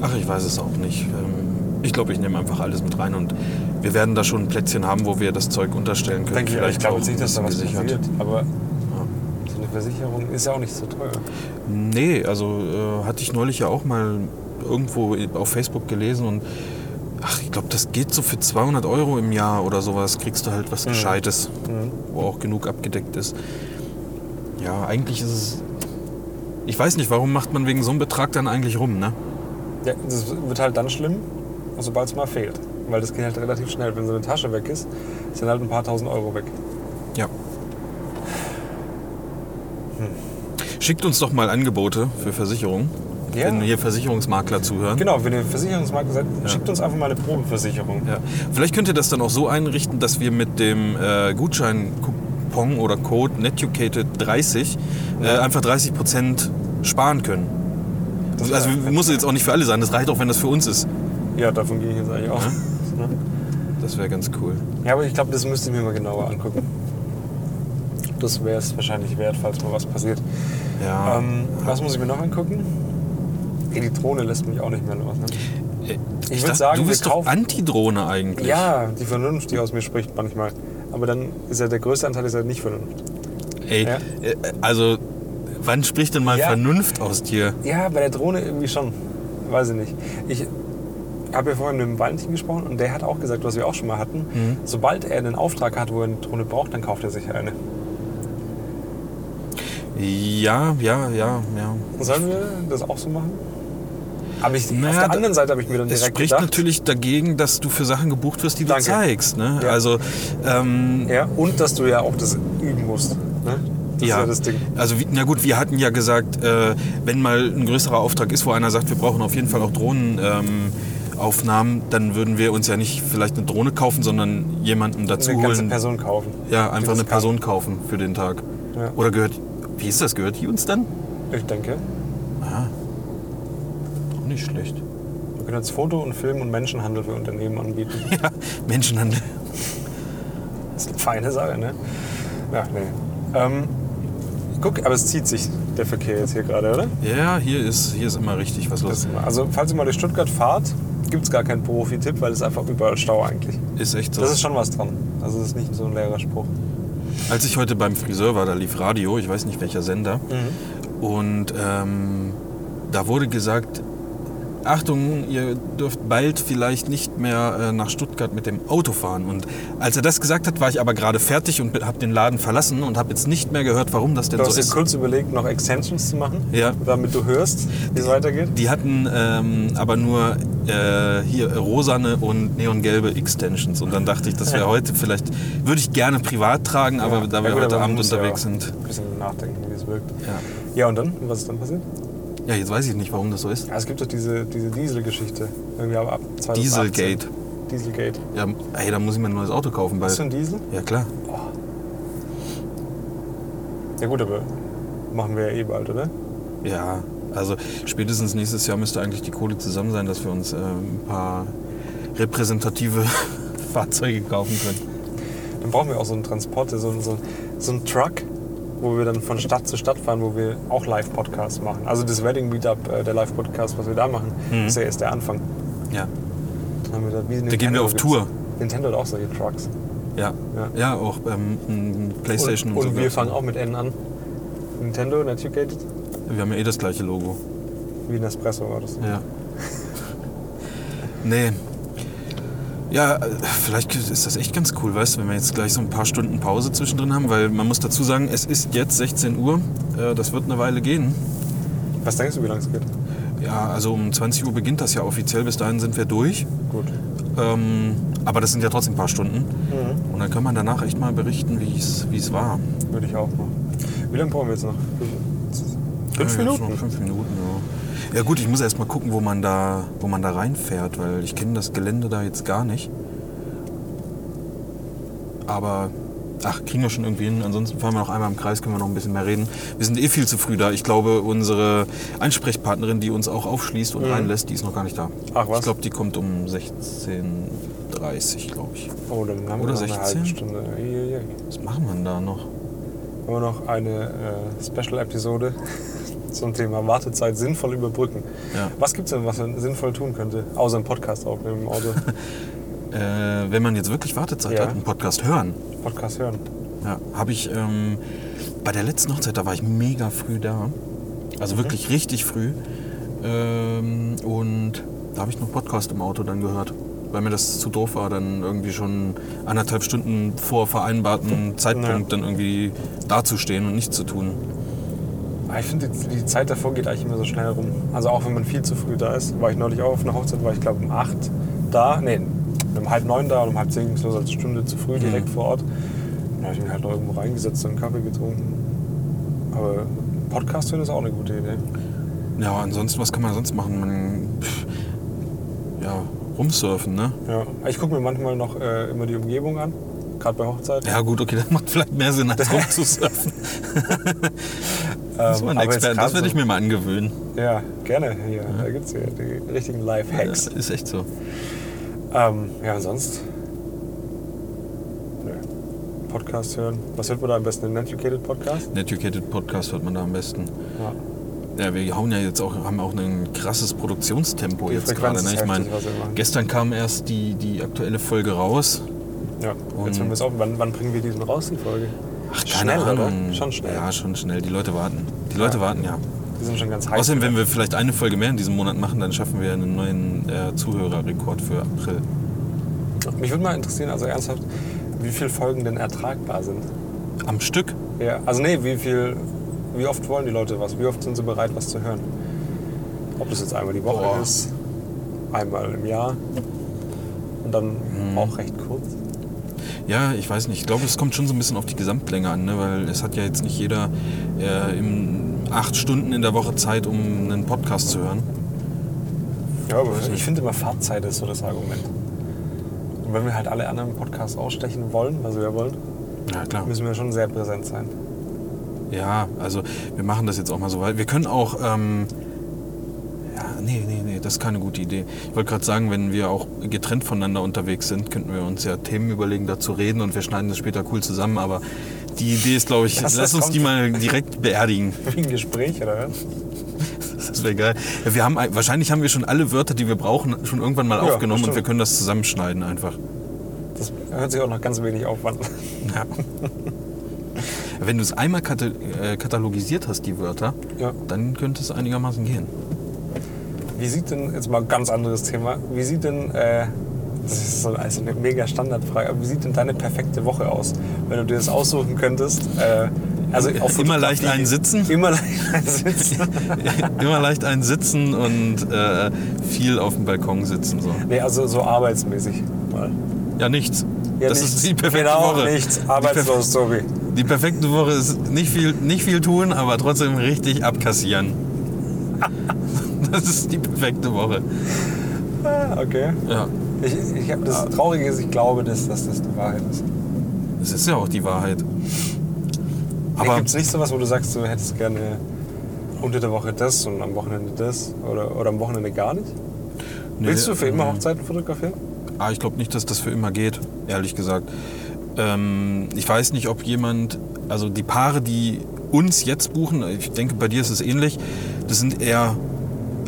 Ach, ich weiß es auch nicht. Ähm, Ich glaube, ich nehme einfach alles mit rein und wir werden da schon ein Plätzchen haben, wo wir das Zeug unterstellen können.
Denke ich, ich glaube jetzt nicht, dass da
ein
was
bisschen
passiert. Aber so eine Versicherung ist ja auch nicht so teuer.
Nee, also äh, hatte ich neulich ja auch mal irgendwo auf Facebook gelesen und ach, ich glaube, das geht so für 200 Euro im Jahr oder sowas, kriegst du halt was Gescheites, wo auch genug abgedeckt ist. Ja, eigentlich ist es. Ich weiß nicht, warum macht man wegen so einem Betrag dann eigentlich rum, ne?
Ja, das wird halt dann schlimm, sobald es mal fehlt. Weil das geht halt relativ schnell. Wenn so eine Tasche weg ist, sind halt ein paar tausend Euro weg.
Ja. Schickt uns doch mal Angebote für Versicherungen.
Ja.
Wenn hier Versicherungsmakler zuhören.
Genau, wenn ihr Versicherungsmakler seid, schickt uns einfach mal eine Probeversicherung.
Ja. Vielleicht könnt ihr das dann auch so einrichten, dass wir mit dem äh, Gutscheinkupon oder Code Netucated30 äh, einfach 30% sparen können.
Das
also
wär-
muss jetzt auch nicht für alle sein, das reicht auch, wenn das für uns ist.
Ja, davon gehe ich jetzt eigentlich aus.
Das wäre ganz cool.
Ja, aber ich glaube, das müsste ich mir mal genauer angucken. Das wäre es wahrscheinlich wert, falls mal was passiert.
Ja.
Ähm, was muss ich mir noch angucken? Ey, die Drohne lässt mich auch nicht mehr los. Ne?
Äh,
ich würd
dachte,
sagen,
du
wir
bist doch
kaufen-
Antidrohne eigentlich.
Ja, die Vernunft, die aus mir spricht manchmal. Aber dann ist ja der größte Anteil ist ja nicht Vernunft.
Ey,
Ja.
äh, also wann spricht denn mal
Ja.
Vernunft aus dir?
Ja, bei der Drohne irgendwie schon. Weiß ich nicht. Ich habe ja vorhin mit dem Valentin gesprochen und der hat auch gesagt, was wir auch schon mal hatten.
Mhm.
Sobald er einen Auftrag hat, wo er eine Drohne braucht, dann kauft er sich eine.
Ja, ja, ja, ja.
Sollen wir das auch so machen? Aber ich, auf
Naja,
der
da-
anderen Seite habe ich mir dann
Es
direkt
spricht
gedacht.
natürlich dagegen, dass du für Sachen gebucht wirst, die
Danke.
du zeigst. Ne?
Ja.
Also ähm,
Ja, und dass du ja auch das üben musst. Ne? Das ist ja das Ding.
Also, wie- na gut, wir hatten ja gesagt, äh, wenn mal ein größerer Auftrag ist, wo einer sagt, wir brauchen auf jeden Fall auch Drohnenaufnahmen, ähm, Aufnahmen, dann würden wir uns ja nicht vielleicht eine Drohne kaufen, sondern jemanden dazu
Eine ganze
holen.
Person kaufen.
ja,
die
einfach
das
eine
kann.
Person kaufen für den Tag.
Ja.
Oder gehört, wie ist das, gehört die uns dann?
Ich denke,
Auch nicht schlecht.
wir können jetzt Foto und Film und Menschenhandel für Unternehmen anbieten.
Ja, Menschenhandel.
Das ist eine feine Sache, ne? Ja, nee. Ähm, guck, aber es zieht sich der Verkehr jetzt hier gerade, oder?
Ja, hier ist, hier ist immer richtig was los.
Also, falls ihr mal durch Stuttgart fahrt, gibt es gar keinen Profi-Tipp, weil es einfach überall Stau eigentlich.
Ist echt so.
Das ist schon was dran. Also, das ist nicht so ein leerer Spruch.
Als ich heute beim Friseur war, da lief Radio, ich weiß nicht welcher Sender.
Mhm.
Und ähm, da wurde gesagt, Achtung, ihr dürft bald vielleicht nicht mehr äh, nach Stuttgart mit dem Auto fahren. Und als er das gesagt hat, war ich aber gerade fertig und habe den Laden verlassen und habe jetzt nicht mehr gehört, warum das denn
Du
so
hast dir
ist.
kurz überlegt, noch Extensions zu machen,
Also Ja.
damit du hörst, wie es weitergeht.
Die hatten ähm, aber nur äh, hier rosane und neongelbe Extensions. Und dann dachte ich, das wäre heute vielleicht, würde ich gerne privat tragen, aber da wir
Ja, gut,
heute
aber man
Abend
muss ja
unterwegs sind.
Ein bisschen nachdenken, wie es wirkt.
Ja.
Ja, und dann? Was ist dann passiert?
Ja, Ja, jetzt weiß ich nicht, warum das so ist.
Ja, es gibt doch diese, diese Diesel-Geschichte. Irgendwie ab ab 2018.
Dieselgate.
Dieselgate.
Ja, ey, da muss ich mir ein neues Auto kaufen
Hast du
bald.
einen Diesel?
Ja, klar.
Ja gut, aber machen wir ja eh bald, oder?
Ja, also spätestens nächstes Jahr müsste eigentlich die Kohle zusammen sein, dass wir uns äh, ein paar repräsentative Fahrzeuge kaufen können.
Dann brauchen wir auch so einen Transporter, so, einen- so, einen- so einen Truck, wo wir dann von Stadt zu Stadt fahren, wo wir auch Live-Podcasts machen. Also das Wedding Meetup, äh, der Live-Podcast, was wir da machen,
Mhm.
ist ja erst der Anfang.
Ja,
Dann haben wir da, wie
da gehen wir auf Tour.
Nintendo hat auch solche Trucks.
Ja,
Ja.
ja auch ähm, ein Playstation
und, und,
so
wir
gab's.
fangen auch mit N an. Nintendo, Naturegated,
Wir haben ja eh das gleiche Logo.
wie Nespresso war das.
Ja. nee. Ja, äh, vielleicht ist das echt ganz cool, weißt du, wenn wir jetzt gleich so ein paar Stunden Pause zwischendrin haben, weil man muss dazu sagen, es ist jetzt 16 Uhr, äh, das wird eine Weile gehen.
Was denkst du, wie lange es geht?
Ja, also um 20 Uhr beginnt das ja offiziell, bis dahin sind wir durch.
Gut.
Ähm, aber das sind ja trotzdem ein paar Stunden. Und dann kann man danach echt mal berichten, wie es wie es war.
Würde ich auch machen. Wie lange brauchen wir jetzt noch? Fünf
Ja, jetzt
Minuten?
noch Fünf Minuten, ja. Ja gut, ich muss erst mal gucken, wo man da, wo man da reinfährt, weil ich kenne das Gelände da jetzt gar nicht. Aber, ach, kriegen wir schon irgendwie hin. Ansonsten fahren wir noch einmal im Kreis, können wir noch ein bisschen mehr reden. Wir sind eh viel zu früh da. Ich glaube, unsere Ansprechpartnerin, die uns auch aufschließt und
Mhm.
reinlässt, die ist noch gar nicht da.
Ach was?
Ich glaube, die kommt um 16.30 Uhr, glaube ich.
oh, dann haben
Oder
wir noch eine halbe
16?
Stunde. Eieiei.
Was machen wir denn da noch?
Haben wir noch eine äh, Special-Episode zum Thema Wartezeit sinnvoll überbrücken.
Ja.
Was gibt's denn, was man sinnvoll tun könnte? Außer einen Podcast aufnehmen im Auto.
Äh, wenn man jetzt wirklich Wartezeit
Ja.
hat, einen Podcast hören.
Podcast hören.
Ja, habe ich ähm, bei der letzten Hochzeit, da war ich mega früh da. Also
Mhm.
wirklich richtig früh. Ähm, und da habe ich noch Podcast im Auto dann gehört. Weil mir das zu doof war, dann irgendwie schon anderthalb Stunden vor vereinbarten Zeitpunkt dann irgendwie dazustehen und nichts zu tun.
Aber Ah, Ich finde, die, die Zeit davor geht eigentlich immer so schnell rum. Also auch wenn man viel zu früh da ist. War ich neulich auch auf einer Hochzeit, war ich glaube um 8 da. Nee, um halb neun da und um halb zehn ging es los, also eine Stunde zu früh direkt vor Ort. Dann habe ich mich halt noch irgendwo reingesetzt und einen Kaffee getrunken. Aber Podcast hören ist auch eine gute Idee.
Ja, ansonsten, was kann man sonst machen? Man, pff, ja, rumsurfen, ne?
Ja. Ich gucke mir manchmal noch äh, immer die Umgebung an, gerade bei Hochzeiten.
Ja gut, okay, das macht vielleicht mehr Sinn, als rumzusurfen. Das
Ähm,
war ein
aber jetzt
Experte,
grad
das werde ich
so-
mir mal angewöhnen.
Ja, gerne. Hier, Da gibt es ja die richtigen Live-Hacks.
Ja, ist echt so.
Ähm, ja, sonst. Nö. Podcast hören. Was hört man da am besten? Den Educated Podcast?
Ein Educated Podcast hört man da am besten.
Ja.
Ja, wir hauen ja jetzt auch, haben auch ein krasses Produktionstempo
Die
jetzt
Frequenz
gerade. Ne?
ist
Ich meine,
heftig, was wir machen.
gestern kam erst die, die aktuelle Folge raus.
ja. Jetzt hören wir es auf. Wann, wann bringen wir diesen raus, die Folge?
Ach,
schnell, oder? Schon schnell.
Ja, schon schnell. Die Leute warten. Die Leute warten, ja.
Die sind schon ganz heiß.
Außerdem, wenn wir vielleicht eine Folge mehr in diesem Monat machen, dann schaffen wir einen neuen äh, Zuhörerrekord für April.
Mich würde mal interessieren, also ernsthaft, wie viele Folgen denn ertragbar sind.
Am Stück?
Ja. Also, nee, wie viel. Wie oft wollen die Leute was? Wie oft sind sie bereit, was zu hören? Ob das jetzt einmal die Woche
Boah.
ist, einmal im Jahr und dann auch recht kurz.
Ja, ich weiß nicht. Ich glaube, es kommt schon so ein bisschen auf die Gesamtlänge an, ne? weil es hat ja jetzt nicht jeder äh, im acht Stunden in der Woche Zeit, um einen Podcast zu hören.
Ja, aber ich finde immer Fahrtzeit ist so das Argument. Und wenn wir halt alle anderen Podcasts ausstechen wollen, was wir wollen,
Ja, klar.
müssen wir schon sehr präsent sein.
Ja, also wir machen das jetzt auch mal so weit. Wir können auch. Ähm, ja, nee, nee, nee, das ist keine gute Idee. Ich wollte gerade sagen, wenn wir auch getrennt voneinander unterwegs sind, könnten wir uns ja Themen überlegen, dazu reden und wir schneiden das später cool zusammen. Aber die Idee ist, glaube ich,
Das-
lass
das
uns die
kommt.
mal direkt beerdigen.
Wie ein Gespräch, oder was?
Das wäre geil. Ja, wir haben, ein- wahrscheinlich haben wir schon alle Wörter, die wir brauchen, schon irgendwann mal
Ja,
aufgenommen und
bestimmt.
wir können das zusammenschneiden einfach.
Das hört sich auch noch ganz wenig Aufwand. an.
Ja. Wenn du es einmal kate äh, katalogisiert hast, die Wörter,
Ja.
dann könnte es einigermaßen gehen.
Wie sieht denn, jetzt mal ein ganz anderes Thema, wie sieht denn, äh, das ist so also eine mega Standardfrage, aber wie sieht denn deine perfekte Woche aus, wenn du dir das aussuchen könntest? Äh, also auf
Immer leicht
Fotografie-
einen sitzen.
Immer leicht einen sitzen.
Immer leicht einen sitzen und äh, viel auf dem Balkon sitzen. So.
nee, also so arbeitsmäßig mal.
Ja, nichts.
Ja,
das
nichts.
ist die perfekte
genau,
Woche.
nichts.
Die, perf
Arbeitslos, Tobi.
die perfekte Woche ist nicht viel, nicht viel tun, aber trotzdem richtig abkassieren. Das ist die perfekte Woche.
Ah, okay.
Ja.
Ich, ich hab das Traurige ist, ich glaube, dass, dass das die Wahrheit ist.
Das ist ja auch die Wahrheit.
Aber
Aber
gibt es nicht sowas, wo du sagst, du hättest gerne unter der Woche das und am Wochenende das oder, oder am Wochenende gar nicht?
Nee,
Willst du für immer
ähm,
Hochzeiten fotografieren?
Ah, ich glaube nicht, dass das für immer geht, ehrlich gesagt. Ähm, ich weiß nicht, ob jemand, also die Paare, die uns jetzt buchen, ich denke, bei dir ist es ähnlich, das sind eher,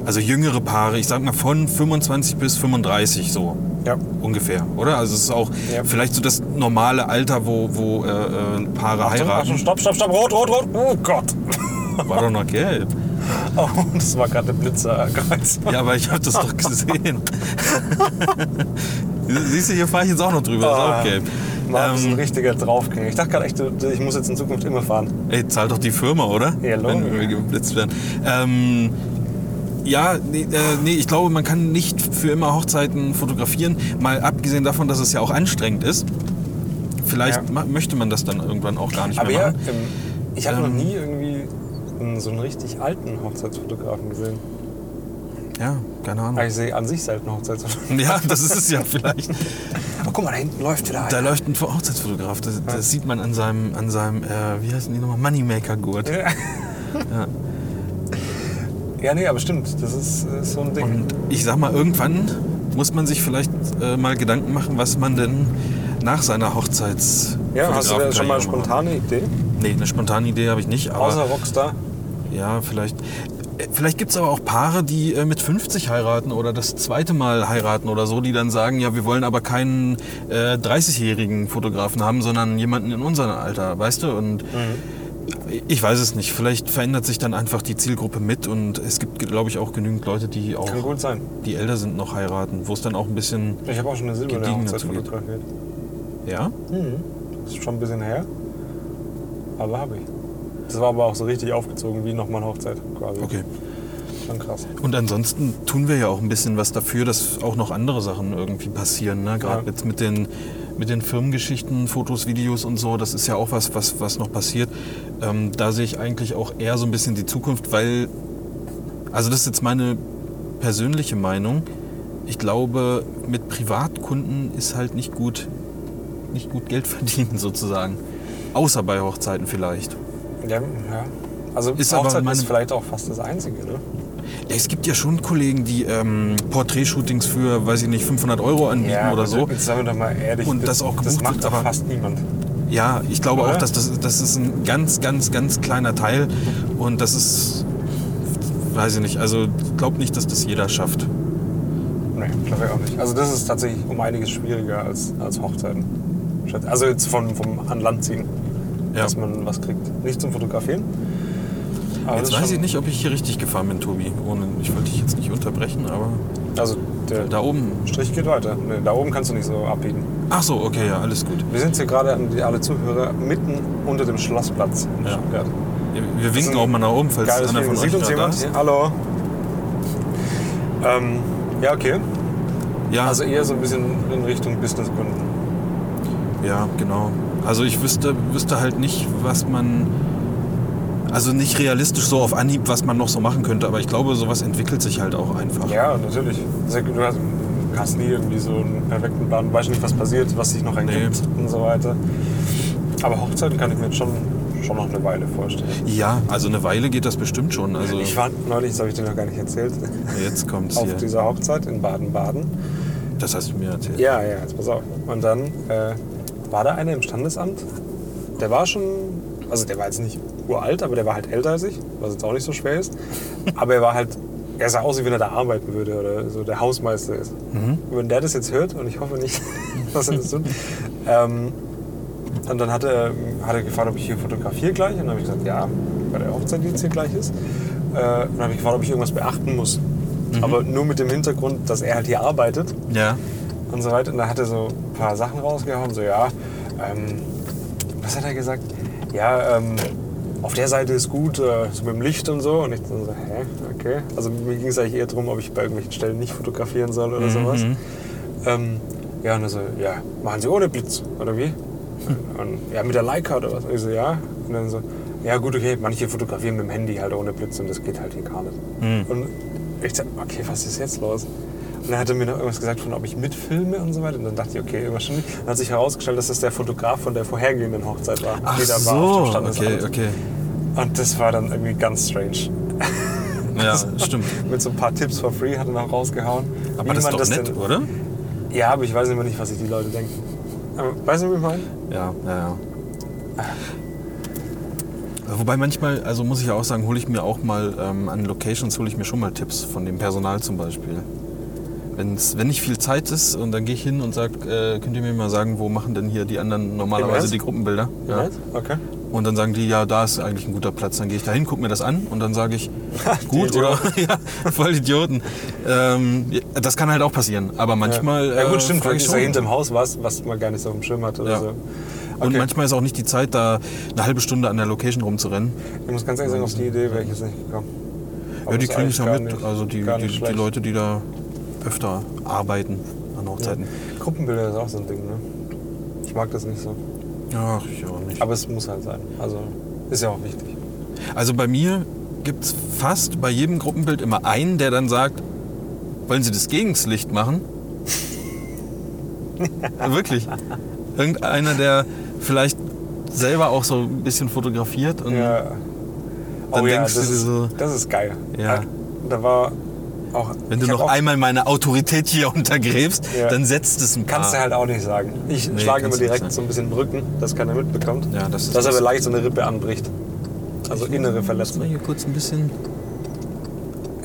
also jüngere Paare, ich sag mal von 25 bis 35 so
Ja.
ungefähr, oder? Also es ist auch
Ja.
vielleicht so das normale Alter, wo, wo äh, äh, Paare
Achtung,
heiraten.
stopp, stopp, stopp, rot, rot, rot. Oh Gott.
War doch noch gelb.
Oh, das war gerade der Blitzerkreuz.
Ja, aber ich habe das doch gesehen. Siehst du, hier fahre ich jetzt auch noch drüber, ist auch gelb.
Ah, Mann, das ist ein
Ähm,
richtiger Draufgänger. Ich dachte gerade echt, du- ich muss jetzt in Zukunft immer fahren.
Ey, zahlt doch die Firma, oder?
Ja, logisch.
Wenn wir geblitzt werden. Ähm, ja, nee, äh, nee, ich glaube, man kann nicht für immer Hochzeiten fotografieren. Mal abgesehen davon, dass es ja auch anstrengend ist. Vielleicht
Ja.
ma- möchte man das dann irgendwann auch gar nicht
Aber
mehr
ja,
machen.
ähm, ich habe
Ähm.
noch nie irgendwie einen- so einen richtig alten Hochzeitsfotografen gesehen.
Ja, keine Ahnung.
Aber ich sehe an sich selten Hochzeitsfotografen.
Ja, das ist es ja vielleicht.
Oh, guck mal, da hinten läuft wieder
Da
einer.
läuft ein Hochzeitsfotograf. Das, das sieht man an seinem, an seinem äh, wie heißen die nochmal? Moneymaker-Gurt. Ja.
Ja, nee, aber stimmt. Das ist, äh, so ein Ding.
Und ich sag mal, irgendwann muss man sich vielleicht äh, mal Gedanken machen, was man denn nach seiner Hochzeits
ja, hast du da schon mal eine
Fotografenkarriere macht.
spontane Idee?
Nee, eine spontane Idee habe ich nicht, aber
Außer Rockstar.
ja, vielleicht äh, vielleicht gibt es aber auch Paare, die äh, mit 50 heiraten oder das zweite Mal heiraten oder so, die dann sagen, ja, wir wollen aber keinen äh, 30-jährigen Fotografen haben, sondern jemanden in unserem Alter, weißt du? Und
Mhm.
ich weiß es nicht, vielleicht verändert sich dann einfach die Zielgruppe mit und es gibt, glaube ich, auch genügend Leute, die auch
Kann gut sein.
die älter sind, noch heiraten, wo es dann auch ein bisschen,
Ich habe auch schon eine silberne
Gediegen
Hochzeit
dazu geht.
fotografiert.
ja,
Mhm. Ist schon ein bisschen her. Aber habe ich. Das war aber auch so richtig aufgezogen wie nochmal eine Hochzeit quasi.
okay.
Schon krass.
Und ansonsten tun wir ja auch ein bisschen was dafür, dass auch noch andere Sachen irgendwie passieren, ne? gerade
Ja.
jetzt mit den, mit den Firmengeschichten, Fotos, Videos und so, das ist ja auch was, was, was noch passiert. Ähm, da sehe ich eigentlich auch eher so ein bisschen die Zukunft, weil, also das ist jetzt meine persönliche Meinung, ich glaube, mit Privatkunden ist halt nicht gut, nicht gut Geld verdienen sozusagen. Außer bei Hochzeiten vielleicht.
Ja, ja. Also
Ist aber
Hochzeit
meine-
ist vielleicht auch fast das Einzige, ne?
Ja, es gibt ja schon Kollegen, die ähm, Porträtshootings für, weiß ich nicht, 500 Euro anbieten oder so.
Jetzt sagen wir doch mal ehrlich,
Und das auch
das
gebucht
macht
wird,
doch
aber-
fast niemand.
Ja, ich glaube auch,
Oder?
dass das, das ist ein ganz, ganz, ganz kleiner Teil. Und das ist, weiß ich nicht, also ich glaube nicht, dass das jeder schafft.
Nee, glaube ich auch nicht. Also das ist tatsächlich um einiges schwieriger als, als Hochzeiten. Schätz- Also jetzt vom, vom an Land ziehen,
Ja.
dass man was kriegt. Nicht zum Fotografieren. Aber das
Jetzt
ist
weiß
schon-
ich nicht, ob ich hier richtig gefahren bin, Tobi. Ohne, ich wollte dich jetzt nicht unterbrechen, aber
Also der
da oben.
Strich geht weiter. Nee, da oben kannst du nicht so abbiegen.
Ach so, okay, ja, alles gut.
Wir sind jetzt hier gerade an die- alle Zuhörer mitten unter dem Schlossplatz in
Ja.
Stuttgart.
Wir- Wir
ist
winken
ein
auch mal nach oben, falls
Geiles
einer
Feeling.
von euch
Sieht uns
gerade da
jemand?
ist.
Ja, Hallo. Ähm, ja, okay.
Ja,
Also eher so ein bisschen in Richtung Businesskunden.
Ja, genau. Also ich wüsste, wüsste halt nicht, was man. Also nicht realistisch so auf Anhieb, was man noch so machen könnte, aber ich glaube, sowas entwickelt sich halt auch einfach.
Ja, natürlich. Sehr gut. Du hast, hast nie irgendwie so einen perfekten Plan. Du weißt nicht, was passiert, was sich noch ergibt und so weiter. Aber Hochzeiten kann ich mir jetzt schon, schon noch eine Weile vorstellen.
Ja, also eine Weile geht das bestimmt schon. Also
Ich war neulich, das habe ich dir noch gar nicht erzählt,
jetzt kommt's
auf
hier.
dieser Hochzeit in Baden-Baden.
Das hast du mir erzählt.
Ja, ja, jetzt pass auf. Und dann äh, war da einer im Standesamt, der war schon, also der war jetzt nicht uralt, aber der war halt älter als ich, was jetzt auch nicht so schwer ist. Aber er war halt, er sah aus, wie wenn er da arbeiten würde oder so der Hausmeister ist. Und Wenn der das jetzt hört, und ich hoffe nicht, dass er das tut, ähm, und dann hat er, hat er gefragt, ob ich hier fotografiere gleich. Und dann habe ich gesagt, ja, bei der Hochzeit, die jetzt hier gleich ist. Äh, und dann habe ich gefragt, ob ich irgendwas beachten muss. Aber nur mit dem Hintergrund, dass er halt hier arbeitet
Ja.
und so weiter. Und da hat er so ein paar Sachen rausgehauen, so ja, ähm, was hat er gesagt? Ja, ähm, auf der Seite ist gut, äh, so mit dem Licht und so. Und ich dann so, hä, okay. Also mir ging es eigentlich eher darum, ob ich bei irgendwelchen Stellen nicht fotografieren soll oder sowas. Ähm, ja, und er so, ja, machen Sie ohne Blitz, oder wie? Und, ja, mit der Leica oder was? Und ich so, ja. Und dann so, Ja, gut, okay, manche fotografieren mit dem Handy halt ohne Blitz und das geht halt hier gar nicht.
Hm.
Und ich dachte, okay, was ist jetzt los? Und dann hat er mir noch irgendwas gesagt, von ob ich mitfilme und so weiter. Und dann dachte ich, okay, wahrscheinlich. Dann hat sich herausgestellt, dass das der Fotograf von der vorhergehenden Hochzeit war.
Ach
die da war auf dem
so,
Standesamt.
okay, okay.
Und das war dann irgendwie ganz strange.
Ja, stimmt.
Mit so ein paar Tipps for free hat er noch rausgehauen.
Aber das ist
man
doch nett,
denn-
oder?
Ja, aber ich weiß immer nicht, was sich die Leute denken. Aber, weißt du, wie ich meine?
Ja, ja, ja. Wobei manchmal, also muss ich ja auch sagen, hole ich mir auch mal ähm, an Locations, hole ich mir schon mal Tipps von dem Personal zum Beispiel. Wenn's, wenn nicht viel Zeit ist und dann gehe ich hin und sage, äh, könnt ihr mir mal sagen, wo machen denn hier die anderen normalerweise
Ernst?
die Gruppenbilder? Ja.
Right? Okay.
Und dann sagen die, ja, da ist eigentlich ein guter Platz. Dann gehe ich da hin, gucke mir das an und dann sage ich, gut
Die
oder ja, voll Idioten. Ähm, ja, das kann halt auch passieren, aber manchmal.
Ja, gut,
äh,
stimmt. Vielleicht
frage ich
ist da
schon.
hinterm Haus was, was man gar nicht so auf dem Schirm hat oder
Ja.
so.
Und
Okay.
manchmal ist auch nicht die Zeit, da eine halbe Stunde an der Location rumzurennen.
Ich muss ganz ehrlich sagen, auf die Idee wäre ich jetzt nicht gekommen. Aber
ja, die
ist
kriegen
eigentlich
es ja
gar
mit.
nicht-
also die,
gar
die,
nicht
die
schlecht.
Leute, die da öfter arbeiten an Hochzeiten.
Gruppenbilder ist auch so ein Ding, ne? Ich mag das nicht so.
Ach, ich auch nicht.
Aber es muss halt sein. Also ist ja auch wichtig.
Also bei mir gibt es fast bei jedem Gruppenbild immer einen, der dann sagt, wollen Sie das Gegenslicht machen? Wirklich. Irgendeiner, der vielleicht selber auch so ein bisschen fotografiert und
Ja. Oh
Dann Mhm. denkst du
das
dir
ist,
so-
Das ist geil.
Ja.
Da war auch.
wenn du
ich hab
noch
auch,
einmal meine Autorität hier untergräbst,
Ja.
dann setzt es ein paar.
Kannst du halt auch nicht sagen. Ich
Ah.
schlage
Nee,
immer
kannst du nicht
direkt
sagen.
so ein bisschen den Rücken, dass keiner mitbekommt.
Ja, das ist
dass
das.
aber leicht so eine Rippe anbricht. Also innere
Mal
Verletzung.
hier kurz ein bisschen.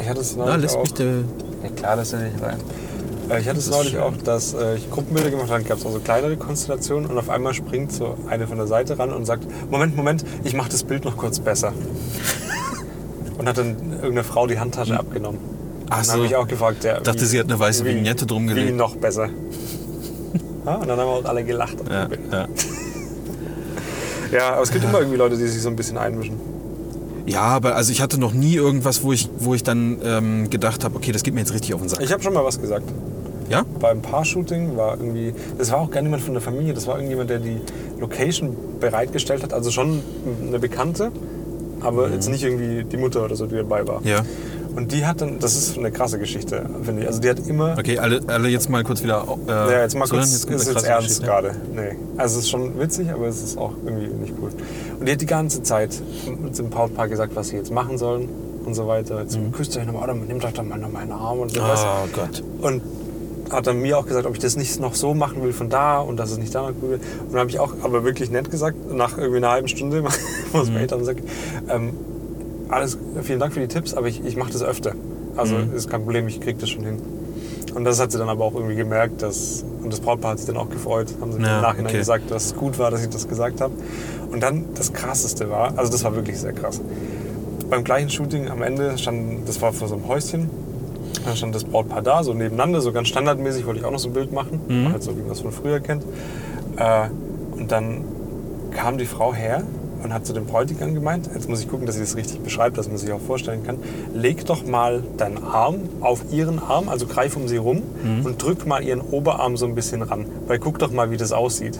Ich hatte es
Da
neulich
lässt
auch.
mich der.
Ja, klar, das will ich rein. Äh, ich hatte es
Das ist
neulich
schön.
auch, dass äh, ich Gruppenbilder gemacht habe, gab es auch so kleinere Konstellationen und auf einmal springt so eine von der Seite ran und sagt, Moment, Moment, ich mache das Bild noch kurz besser. und hat dann irgendeiner Frau die Handtasche abgenommen.
Hm. Ach
dann
so.
habe ich auch gefragt, ja,
Dachte, sie hat eine weiße Vignette drum
Wie
gelegt.
noch besser. ja, und dann haben auch alle gelacht. auf
Ja,
dem Bild.
ja.
ja, aber es gibt immer irgendwie Leute, die sich so ein bisschen einmischen.
ja, aber also ich hatte noch nie irgendwas, wo ich, wo ich dann ähm, gedacht habe, okay, das geht mir jetzt richtig auf den Sack.
Ich habe schon mal was gesagt.
ja?
beim Paar-Shooting war irgendwie, das war auch gar niemand von der Familie, das war irgendjemand, der die Location bereitgestellt hat, also schon eine Bekannte, aber jetzt nicht irgendwie die Mutter oder so, die dabei war.
Mhm. Ja.
Und die hat dann, das ist eine krasse Geschichte, finde ich. Also die hat immer,
Okay, alle, alle jetzt mal kurz wieder. Äh,
ja jetzt mal
zuhören.
kurz,
kommt
ist jetzt
eine krasse
ernst
Geschichte.
gerade. Nee. Also es ist schon witzig, aber es ist auch irgendwie nicht cool. Und die hat die ganze Zeit mit dem Brautpaar gesagt, was sie jetzt machen sollen und so weiter. Jetzt küsst euch nochmal, oder nimmt euch doch mal noch meinen Arm und sowas.
Mhm. Oh Gott.
Und hat dann mir auch gesagt, ob ich das nicht noch so machen will von da und dass es nicht danach gut wird. Und dann habe ich auch aber wirklich nett gesagt, nach irgendwie einer halben Stunde, muss
Mhm.
man echt dann sagen, ähm, alles, vielen Dank für die Tipps, aber ich, ich mache das öfter. Also
Mhm.
ist kein Problem, ich kriege das schon hin. Und das hat sie dann aber auch irgendwie gemerkt, dass, und das Brautpaar hat sich dann auch gefreut, haben sie mir
Ja,
im Nachhinein
okay.
gesagt, dass es gut war, dass ich das gesagt habe. Und dann das Krasseste war, also das war wirklich sehr krass. Beim gleichen Shooting am Ende stand, das war vor so einem Häuschen, da stand das Brautpaar da, so nebeneinander, so ganz standardmäßig wollte ich auch noch so ein Bild machen,
Mhm.
halt so wie man es von früher kennt. Äh, und dann kam die Frau her und hat zu dem Bräutigam gemeint, jetzt muss ich gucken, dass ich das richtig beschreibe, dass man sich auch vorstellen kann, leg doch mal deinen Arm auf ihren Arm, also greif um sie rum und drück mal ihren Oberarm so ein bisschen ran, weil guck doch mal, wie das aussieht.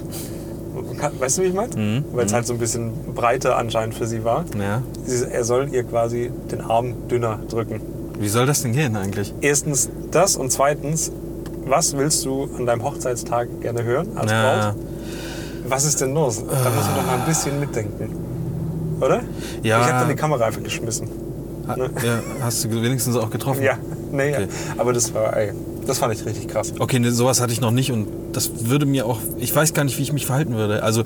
Weißt du, wie ich meine? Weil es halt so ein bisschen breiter anscheinend für sie war.
Ja.
Sie- Er soll ihr quasi den Arm dünner drücken.
Wie soll das denn gehen eigentlich?
Erstens das und zweitens, was willst du an deinem Hochzeitstag gerne hören als
Ja,
Braut? Was ist denn los? Da musst du doch mal ein bisschen mitdenken. Oder?
Ja.
Ich habe dann die Kamera einfach geschmissen.
ha,
Ne.
ja, hast du wenigstens auch getroffen?
Ja, nee,
Okay.
aber das war, ey, das fand ich richtig krass.
Okay, ne, sowas hatte ich noch nicht und das würde mir auch. Ich weiß gar nicht, wie ich mich verhalten würde. Also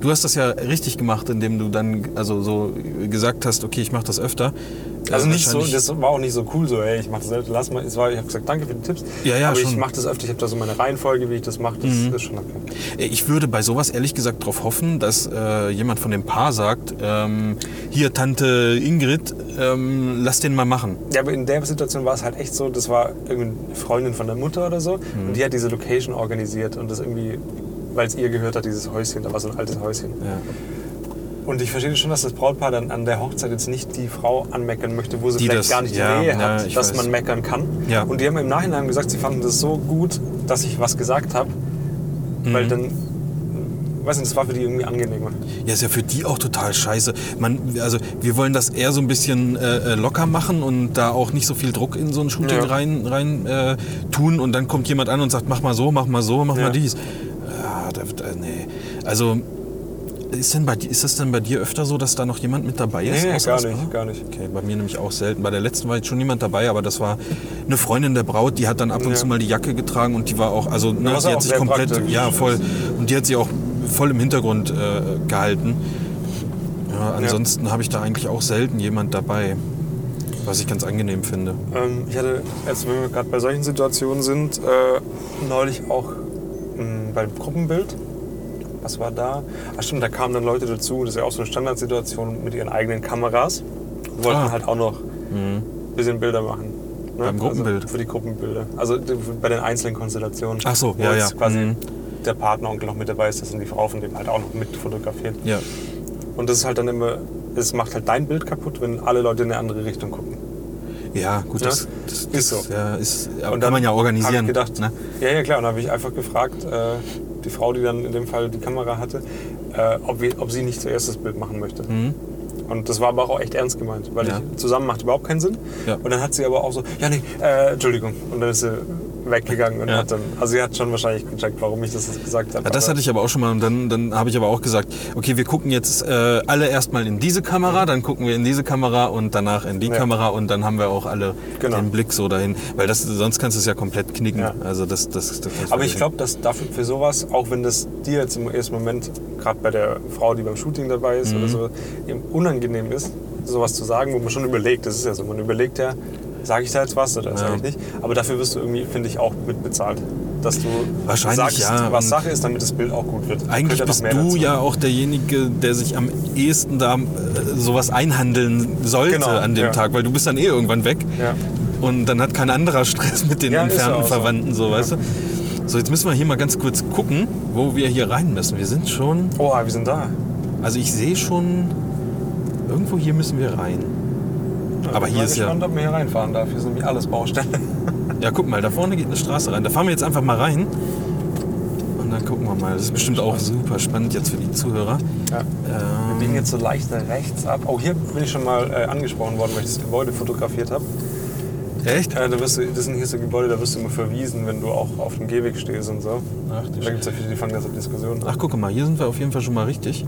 du hast das ja richtig gemacht, indem du dann also so gesagt hast, okay, ich mache das öfter. Äh,
Also nicht so,
wahrscheinlich-
das war auch nicht so cool, so, ey, ich mach das selbst, lass mal, es war, ich habe gesagt, danke für die Tipps,
Ja, ja,
aber ich
schon. Mhm.
mache das öfter, ich habe da so meine Reihenfolge, wie ich das mache, das ist schon okay.
Ich würde bei sowas ehrlich gesagt darauf hoffen, dass äh, jemand von dem Paar sagt, ähm, hier Tante Ingrid, ähm, lass den mal machen.
Ja, aber in der Situation war es halt echt so, das war irgendeine Freundin von der Mutter oder so
Mhm.
und die hat diese Location organisiert und das irgendwie, weil es ihr gehört hat, dieses Häuschen, da war so ein altes Häuschen.
Ja.
Und ich verstehe schon, dass das Brautpaar dann an der Hochzeit jetzt nicht die Frau anmeckern möchte, wo sie
Die
vielleicht
das-
gar nicht die
ja,
Nähe
ja,
hat,
ich
dass
weiß.
man meckern kann.
Ja.
Und die haben im Nachhinein
Mhm.
gesagt, sie fanden das so gut, dass ich was gesagt habe, weil dann weiß nicht, das war für die irgendwie angenehmer.
Ja, ist ja für die auch total scheiße. Man, also wir wollen das eher so ein bisschen äh, äh, locker machen und da auch nicht so viel Druck in so ein Shooting
Ja.
rein, rein äh, tun und dann kommt jemand an und sagt, mach mal so, mach mal so, mach
Ja.
mal dies. Ah, da, da, nee. Also ist, denn bei, di- ist das denn bei dir öfter so, dass da noch jemand mit dabei ist?
Nee, nee,
Außer
gar
das-
nicht, gar nicht.
Okay, bei mir nämlich auch selten. Bei der letzten war jetzt schon niemand dabei, aber das war eine Freundin der Braut, die hat dann ab und
Ja.
zu mal die Jacke getragen und die war auch, also ne,
was
die
auch
hat sich
sehr
komplett,
praktisch
ja
ist.
voll, und die hat sie auch voll im Hintergrund äh, gehalten. Ja, ansonsten habe ich da eigentlich auch selten jemand dabei, was ich ganz angenehm finde.
Ähm, ich hatte, als wenn wir gerade bei solchen Situationen sind, äh, neulich auch ähm, beim Gruppenbild. Was war da? Ach stimmt, da kamen dann Leute dazu. Das ist ja auch so eine Standardsituation mit ihren eigenen Kameras. Und wollten
Ah. Mhm.
halt auch noch ein bisschen Bilder machen. Ne?
Beim Gruppenbild?
Also für die Gruppenbilder. Also d- bei den einzelnen Konstellationen.
Ach so,
wo
ja,
jetzt
ja.
quasi
Mhm.
der Partneronkel noch mit dabei ist, das sind die Frau von dem halt auch noch mit fotografiert.
Ja,
Und das ist halt dann immer, es macht halt dein Bild kaputt, wenn alle Leute in eine andere Richtung gucken.
ja gut,
Ja,
das, das,
ist
das
so.
ja, ist, ja,
Und
kann man ja
Hab
organisieren.
ich gedacht,
ne?
Ja, ja, klar. Und habe ich einfach gefragt, äh, die Frau, die dann in dem Fall die Kamera hatte, äh, ob, wir, ob sie nicht zuerst das Bild machen möchte.
Mhm.
Und das war aber auch echt ernst gemeint, weil
Ja.
ich, zusammen macht überhaupt keinen Sinn.
Ja.
Und dann hat sie aber auch so, ja, nee, äh, Entschuldigung. Und dann ist sie weggegangen und
Ja.
hat dann, also sie hat schon wahrscheinlich gecheckt, warum ich das jetzt gesagt habe.
Ja, das
aber-
hatte ich aber auch schon mal und dann, dann habe ich aber auch gesagt, okay, wir gucken jetzt äh, alle erstmal in diese Kamera, dann gucken wir in diese Kamera und danach in die
Ja.
Kamera und dann haben wir auch alle
Genau.
den Blick so dahin, weil das, sonst kannst du es ja komplett knicken.
Ja.
Also das, das, das kannst du
Aber ich
vergessen.
glaube, dass dafür für sowas, auch wenn das dir jetzt im ersten Moment, gerade bei der Frau, die beim Shooting dabei ist
Mhm.
oder so, eben unangenehm ist, sowas zu sagen, wo man schon überlegt, das ist ja so, man überlegt ja, sage ich da jetzt was oder sage ich nicht. Aber dafür wirst du irgendwie, finde ich, auch mit bezahlt. Dass du
Wahrscheinlich,
sagst,
ja,
was
und-
Sache ist, damit das Bild auch gut wird. Gehört
Eigentlich
ja noch
bist du
mehr dazu.
ja auch derjenige, der sich am ehesten da äh, sowas einhandeln sollte
Genau,
an dem
ja.
Tag, weil du bist dann eh irgendwann weg.
Ja.
Und dann hat kein anderer Stress mit den
Ja, ist
entfernten
auch so.
Verwandten, so, weißt du? So, jetzt müssen wir hier mal ganz kurz gucken, wo wir hier rein müssen. Wir sind schon
Oh, wir sind da.
Also ich sehe schon, irgendwo hier müssen wir rein.
Ja,
Aber
bin
hier
mal
ist ja-
gespannt, ob man hier reinfahren darf. Hier ist nämlich alles Baustelle.
Ja, guck mal, da vorne geht eine Straße rein. Da fahren wir jetzt einfach mal rein. Und dann gucken wir mal. Das ist bestimmt auch super spannend jetzt für die Zuhörer.
Ja. Wir biegen
Ähm,
jetzt so leicht nach rechts ab. Auch hier bin ich schon mal äh, angesprochen worden, weil ich das Gebäude fotografiert habe.
echt?
Ja, da wirst du, das sind hier so Gebäude, da wirst du immer verwiesen, wenn du auch auf dem Gehweg stehst und so.
Ach, du
da gibt es ja viele, die fangen das auf Diskussionen an.
Ach, guck mal, hier sind wir auf jeden Fall schon mal richtig.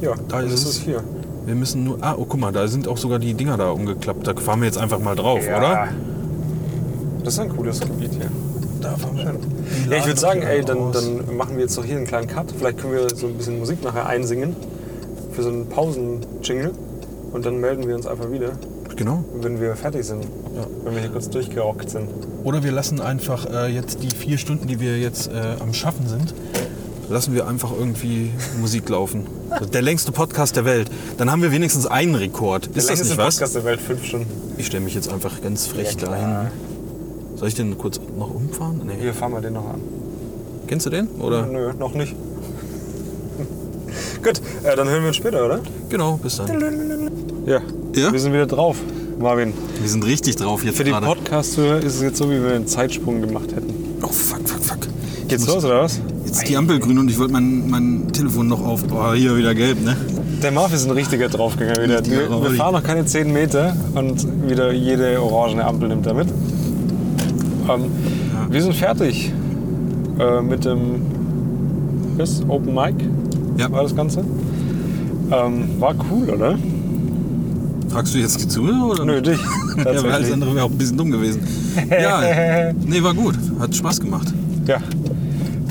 ja,
da ist
das
es.
hier.
Wir müssen nur. Ah, oh, guck mal, da sind auch sogar die Dinger da umgeklappt. Da fahren wir jetzt einfach mal drauf, oder?
Das ist ein cooles Gebiet hier.
Da fahren
Schön.
Die
Ja, ich
laden
würde sagen,
doch
ey,
hier
dann,
aus.
dann machen wir jetzt noch hier einen kleinen Cut. Vielleicht können wir so ein bisschen Musik nachher einsingen für so einen Pausen-Jingle. Und dann melden wir uns einfach wieder,
Genau.
wenn wir fertig sind. Wenn wir hier kurz durchgerockt sind.
Oder wir lassen einfach äh, jetzt die vier Stunden, die wir jetzt äh, am Schaffen sind, lassen wir einfach irgendwie Musik laufen. Also Der längste Podcast der Welt. Dann haben wir wenigstens einen Rekord. Ist
der
das
längste
nicht was?
Podcast der Welt, fünf Stunden.
Ich stelle mich jetzt einfach ganz frech
Ja,
dahin. Soll ich den kurz noch umfahren? Nee.
Hier fahren wir den noch an.
Kennst du den? Oder?
Nö, noch nicht. Gut, äh, dann hören wir uns später, oder?
Genau, bis dann.
Ja.
Ja?
Wir sind wieder drauf, Marvin.
Wir sind richtig drauf jetzt
Für die
gerade.
Podcast-Hörer ist es jetzt so, wie wenn wir einen Zeitsprung gemacht hätten.
Oh, fuck, fuck, fuck.
Geht's
Jetzt-
los, oder was?
Jetzt ist die Ampel grün und ich wollte mein, mein Telefon noch auf. Oh, hier wieder gelb, ne?
Der Marv ist ein richtiger Draufgänger wieder.
Richtiger
Wir, wir
Rowdy.
fahren noch keine 10 Meter und wieder jede orangene Ampel nimmt er mit. Ähm, Wir sind fertig äh, mit dem was? Open Mic.
Ja.
War das Ganze? Ähm, war cool, oder?
Fragst du jetzt die Zuhörer oder?
Nö, dich.
Ja, weil alles
Tatsächlich.
andere wäre auch ein bisschen dumm gewesen. Ja, nee, war gut. Hat Spaß gemacht.
Ja.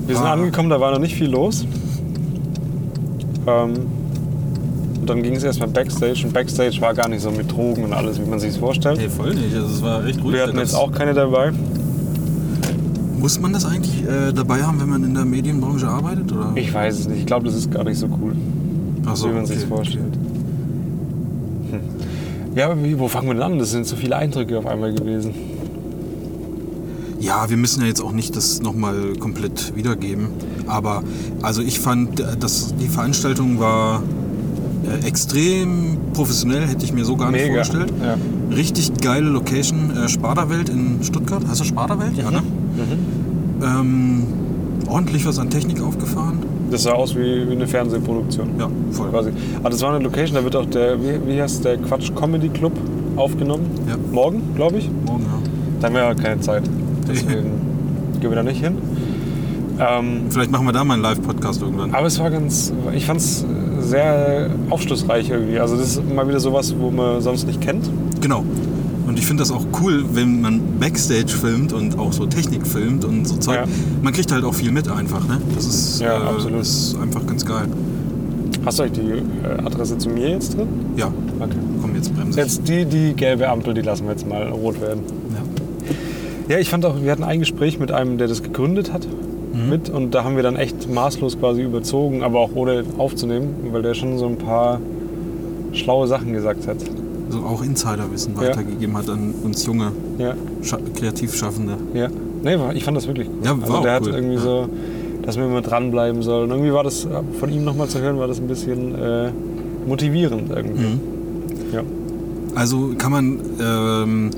Wir sind
Ah.
angekommen, da war noch nicht viel los. Ähm, und dann ging es erstmal Backstage und Backstage war gar nicht so mit Drogen und alles, wie man sich vorstellt.
Nee, voll nicht. Also, es war echt ruhig.
Wir hatten
Da
jetzt
gab's-
auch keine dabei.
Muss man das eigentlich äh, dabei haben, wenn man in der Medienbranche arbeitet? Oder?
Ich weiß es nicht. Ich glaube, das ist gar nicht so cool,
Ach so,
wie man sich
okay.
vorstellt. Hm. Ja, aber wie, wo fangen wir denn an? Das sind so viele Eindrücke auf einmal gewesen.
Ja, wir müssen ja jetzt auch nicht das nochmal komplett wiedergeben. Aber also ich fand, äh, dass die Veranstaltung war äh, extrem professionell, hätte ich mir so gar nicht
Mega,
vorgestellt.
ja.
Richtig geile Location, äh, Sparda-Welt in Stuttgart.
Mhm.
Heißt das Sparda-Welt? Ja, ne? Ähm, ordentlich was an Technik aufgefahren.
Das sah aus wie, wie eine Fernsehproduktion.
Ja, voll.
Quasi. Aber das war eine Location, da wird auch der, wie, wie heißt der Quatsch Comedy Club aufgenommen.
Ja.
Morgen, glaube ich.
Morgen, ja.
Da haben wir ja keine Zeit. Deswegen gehen wir da nicht hin. Ähm,
Vielleicht machen wir da mal einen Live-Podcast irgendwann.
aber es war ganz, ich fand es sehr aufschlussreich irgendwie. Also das ist mal wieder sowas, wo man sonst nicht kennt.
Genau. Und ich finde das auch cool, wenn man Backstage filmt und auch so Technik filmt und so Zeug.
Ja.
Man kriegt halt auch viel mit einfach, ne? Das ist,
Ja,
äh,
absolut.
ist einfach ganz geil.
Hast du euch die äh, Adresse zu mir jetzt drin?
Ja,
Okay.
komm, jetzt bremse ich.
Jetzt die, die gelbe Ampel, die lassen wir jetzt mal rot werden.
Ja.
Ja, ich fand auch, wir hatten ein Gespräch mit einem, der das gegründet hat, mit und da haben wir dann echt maßlos quasi überzogen, aber auch ohne aufzunehmen, weil der schon so ein paar schlaue Sachen gesagt hat.
Also auch Insiderwissen
Ja.
weitergegeben hat an uns junge
Ja,
Scha Kreativschaffende.
ja. Nee, war- ich fand das wirklich gut.
Ja, war
also
auch
der hat
cool.
irgendwie
Ja.
so, dass wir immer dranbleiben sollen. Irgendwie war das, äh, von ihm nochmal zu hören, war das ein bisschen äh, motivierend irgendwie.
Mhm.
Ja.
Also kann man ähm,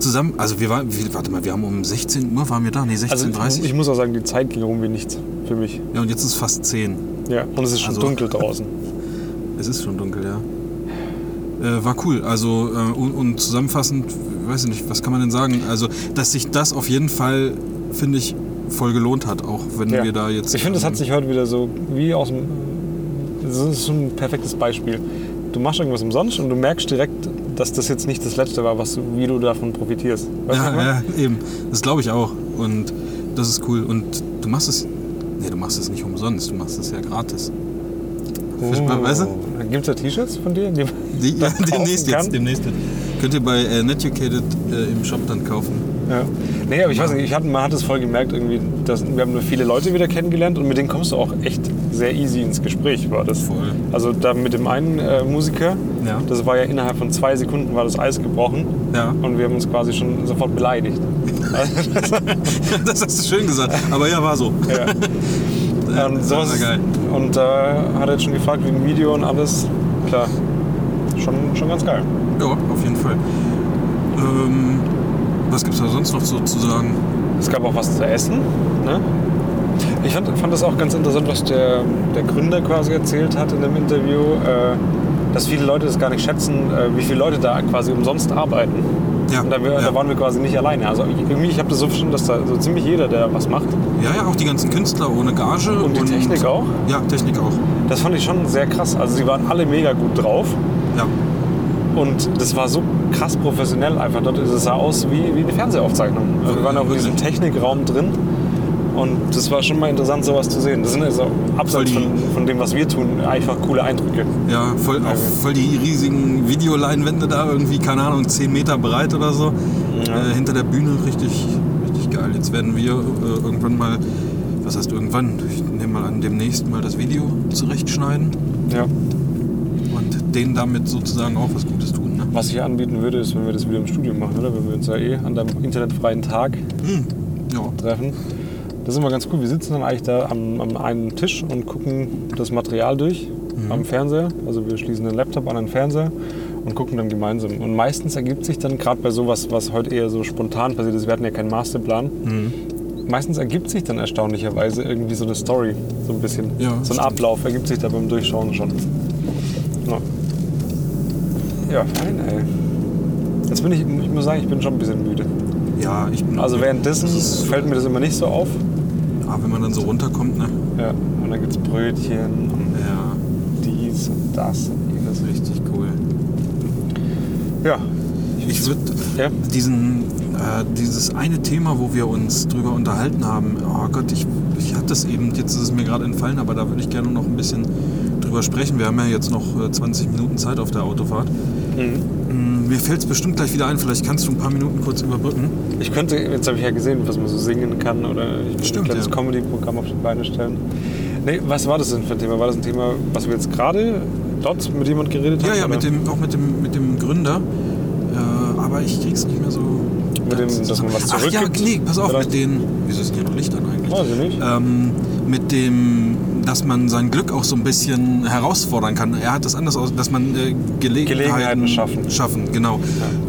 zusammen, also wir waren, wir, warte mal, wir haben um 16 Uhr, waren wir da? Nee,
Also
16.30
ich, ich muss auch sagen, die Zeit ging rum wie nichts für mich.
Ja, und jetzt ist fast 10.
Ja, und es ist schon
Also-
dunkel draußen.
Es ist schon dunkel, ja. Äh, war cool. Also, äh, und, und zusammenfassend, weiß ich nicht, was kann man denn sagen? Also, dass sich das auf jeden Fall, finde ich, voll gelohnt hat, auch wenn
Ja.
wir da jetzt.
Ich finde, es hat
ähm,
sich heute wieder so wie aus dem. Das ist so ein perfektes Beispiel. Du machst irgendwas umsonst und du merkst direkt, dass das jetzt nicht das Letzte war, was, du- wie du davon profitierst. Weißt du, was ich meine?
Ja, ja, eben. Das glaube ich auch. Und das ist cool. Und du machst es. Nee, du machst es nicht umsonst, du machst es ja gratis.
Oh.
Weißt du?
Gibt es da T-Shirts von dir? Die,
Die, ja,
man kaufen
demnächst jetzt,
kann?
demnächst jetzt. Könnt ihr bei äh, Netucated äh, im Shop dann kaufen.
Ja. Nee, aber ich weiß nicht, ich hatte, man hat es voll gemerkt, irgendwie, dass, wir haben viele Leute wieder kennengelernt und mit denen kommst du auch echt sehr easy ins Gespräch, war das.
Voll.
Also da mit dem einen äh, Musiker,
Ja.
das war ja innerhalb von zwei Sekunden war das Eis gebrochen
Ja.
und wir haben uns quasi schon sofort beleidigt. Also, das
das hast du schön gesagt. Aber ja, war so.
Ja. Ähm,
das
sowas
war
ist,
geil.
Und da hat er jetzt schon gefragt wegen Video und alles. Klar, schon, schon ganz geil.
Ja, auf jeden Fall. Ähm, was gibt's da sonst noch so zu sagen?
Es gab auch was zu essen. Ne? Ich fand, fand das auch ganz interessant, was der, der Gründer quasi erzählt hat in dem Interview, äh, dass viele Leute das gar nicht schätzen, äh, wie viele Leute da quasi umsonst arbeiten.
Ja,
Und da, wir,
ja.
da waren wir quasi nicht alleine. Also ich- irgendwie, ich habe das so verstanden, dass da so ziemlich jeder, der was macht.
Ja, ja, auch die ganzen Künstler ohne Gage.
Und die Technik auch.
Ja, Technik auch.
Das fand ich schon sehr krass. Also sie waren alle mega gut drauf.
Ja,
Und das war so krass professionell einfach dort. Es sah aus wie, wie eine Fernsehaufzeichnung. Also wir waren auch in diesem Technikraum drin. Und das war schon mal interessant, sowas zu sehen. Das sind also abseits
Voll die-
von, von dem, was wir tun, einfach coole Eindrücke.
ja voll, auch voll die riesigen Videoleinwände da irgendwie, keine Ahnung, 10 Meter breit oder so. Äh, hinter der Bühne richtig, richtig geil. Jetzt werden wir äh, irgendwann mal, was heißt irgendwann? Ich nehme mal an, demnächst mal das Video zurechtschneiden
Ja.
und denen damit sozusagen auch was Gutes tun. Ne?
Was ich anbieten würde, ist, wenn wir das wieder im Studio machen, oder? Wenn wir uns ja eh an einem internetfreien Tag
Hm. Ja,
treffen. Das ist immer ganz cool. Wir sitzen dann eigentlich da am, am einen Tisch und gucken das Material durch
Mhm.
am Fernseher. Also wir schließen den Laptop an den Fernseher und gucken dann gemeinsam. Und meistens ergibt sich dann, gerade bei sowas, was heute eher so spontan passiert ist, wir hatten ja keinen Masterplan,
Mhm.
meistens ergibt sich dann erstaunlicherweise irgendwie so eine Story, so ein bisschen.
Ja,
so ein
stimmt.
Ablauf ergibt sich da beim Durchschauen schon. Ja, ja fein, ey. Jetzt bin ich, ich muss sagen, ich bin schon ein bisschen müde.
ja ich bin
Also währenddessen
Das ist-
fällt mir das immer nicht so auf.
Ah, wenn man dann so runterkommt, ne?
Ja, und dann gibt's Brötchen und
Ja,
dies und das und jenes.
richtig cool.
Ja,
Ich würde
ja.
diesen, äh, dieses eine Thema, wo wir uns drüber unterhalten haben, oh Gott, ich, ich hatte es eben, jetzt ist es mir gerade entfallen, aber da würde ich gerne noch ein bisschen drüber sprechen. Wir haben ja jetzt noch äh, 20 Minuten Zeit auf der Autofahrt.
Mhm.
Mm, Mir fällt es bestimmt gleich wieder ein, vielleicht kannst du ein paar Minuten kurz überbrücken.
Ich könnte, jetzt habe ich ja gesehen, was man so singen kann oder ich könnte ein
Stimmt,
kleines
ja.
Comedy-Programm auf die Beine stellen. Nee, was war das denn für ein Thema? War das ein Thema, was wir jetzt gerade dort mit jemand geredet haben?
Ja, ja, mit
oder?
dem, auch mit dem, mit dem Gründer. Äh, aber ich krieg's nicht mehr so.
Mit dem,
ganz
dass man was
Ach ja,
zurückgibt?
nee, pass auf,
Oder? Oh,
mit den. Wieso ist denn hier noch Licht an eigentlich?
Weiß ich nicht.
Ähm, mit dem, dass man sein Glück auch so ein bisschen herausfordern kann. Er hat das anders aus, dass man äh, Gelegenheiten,
Gelegenheiten schaffen.
Schaffen, genau.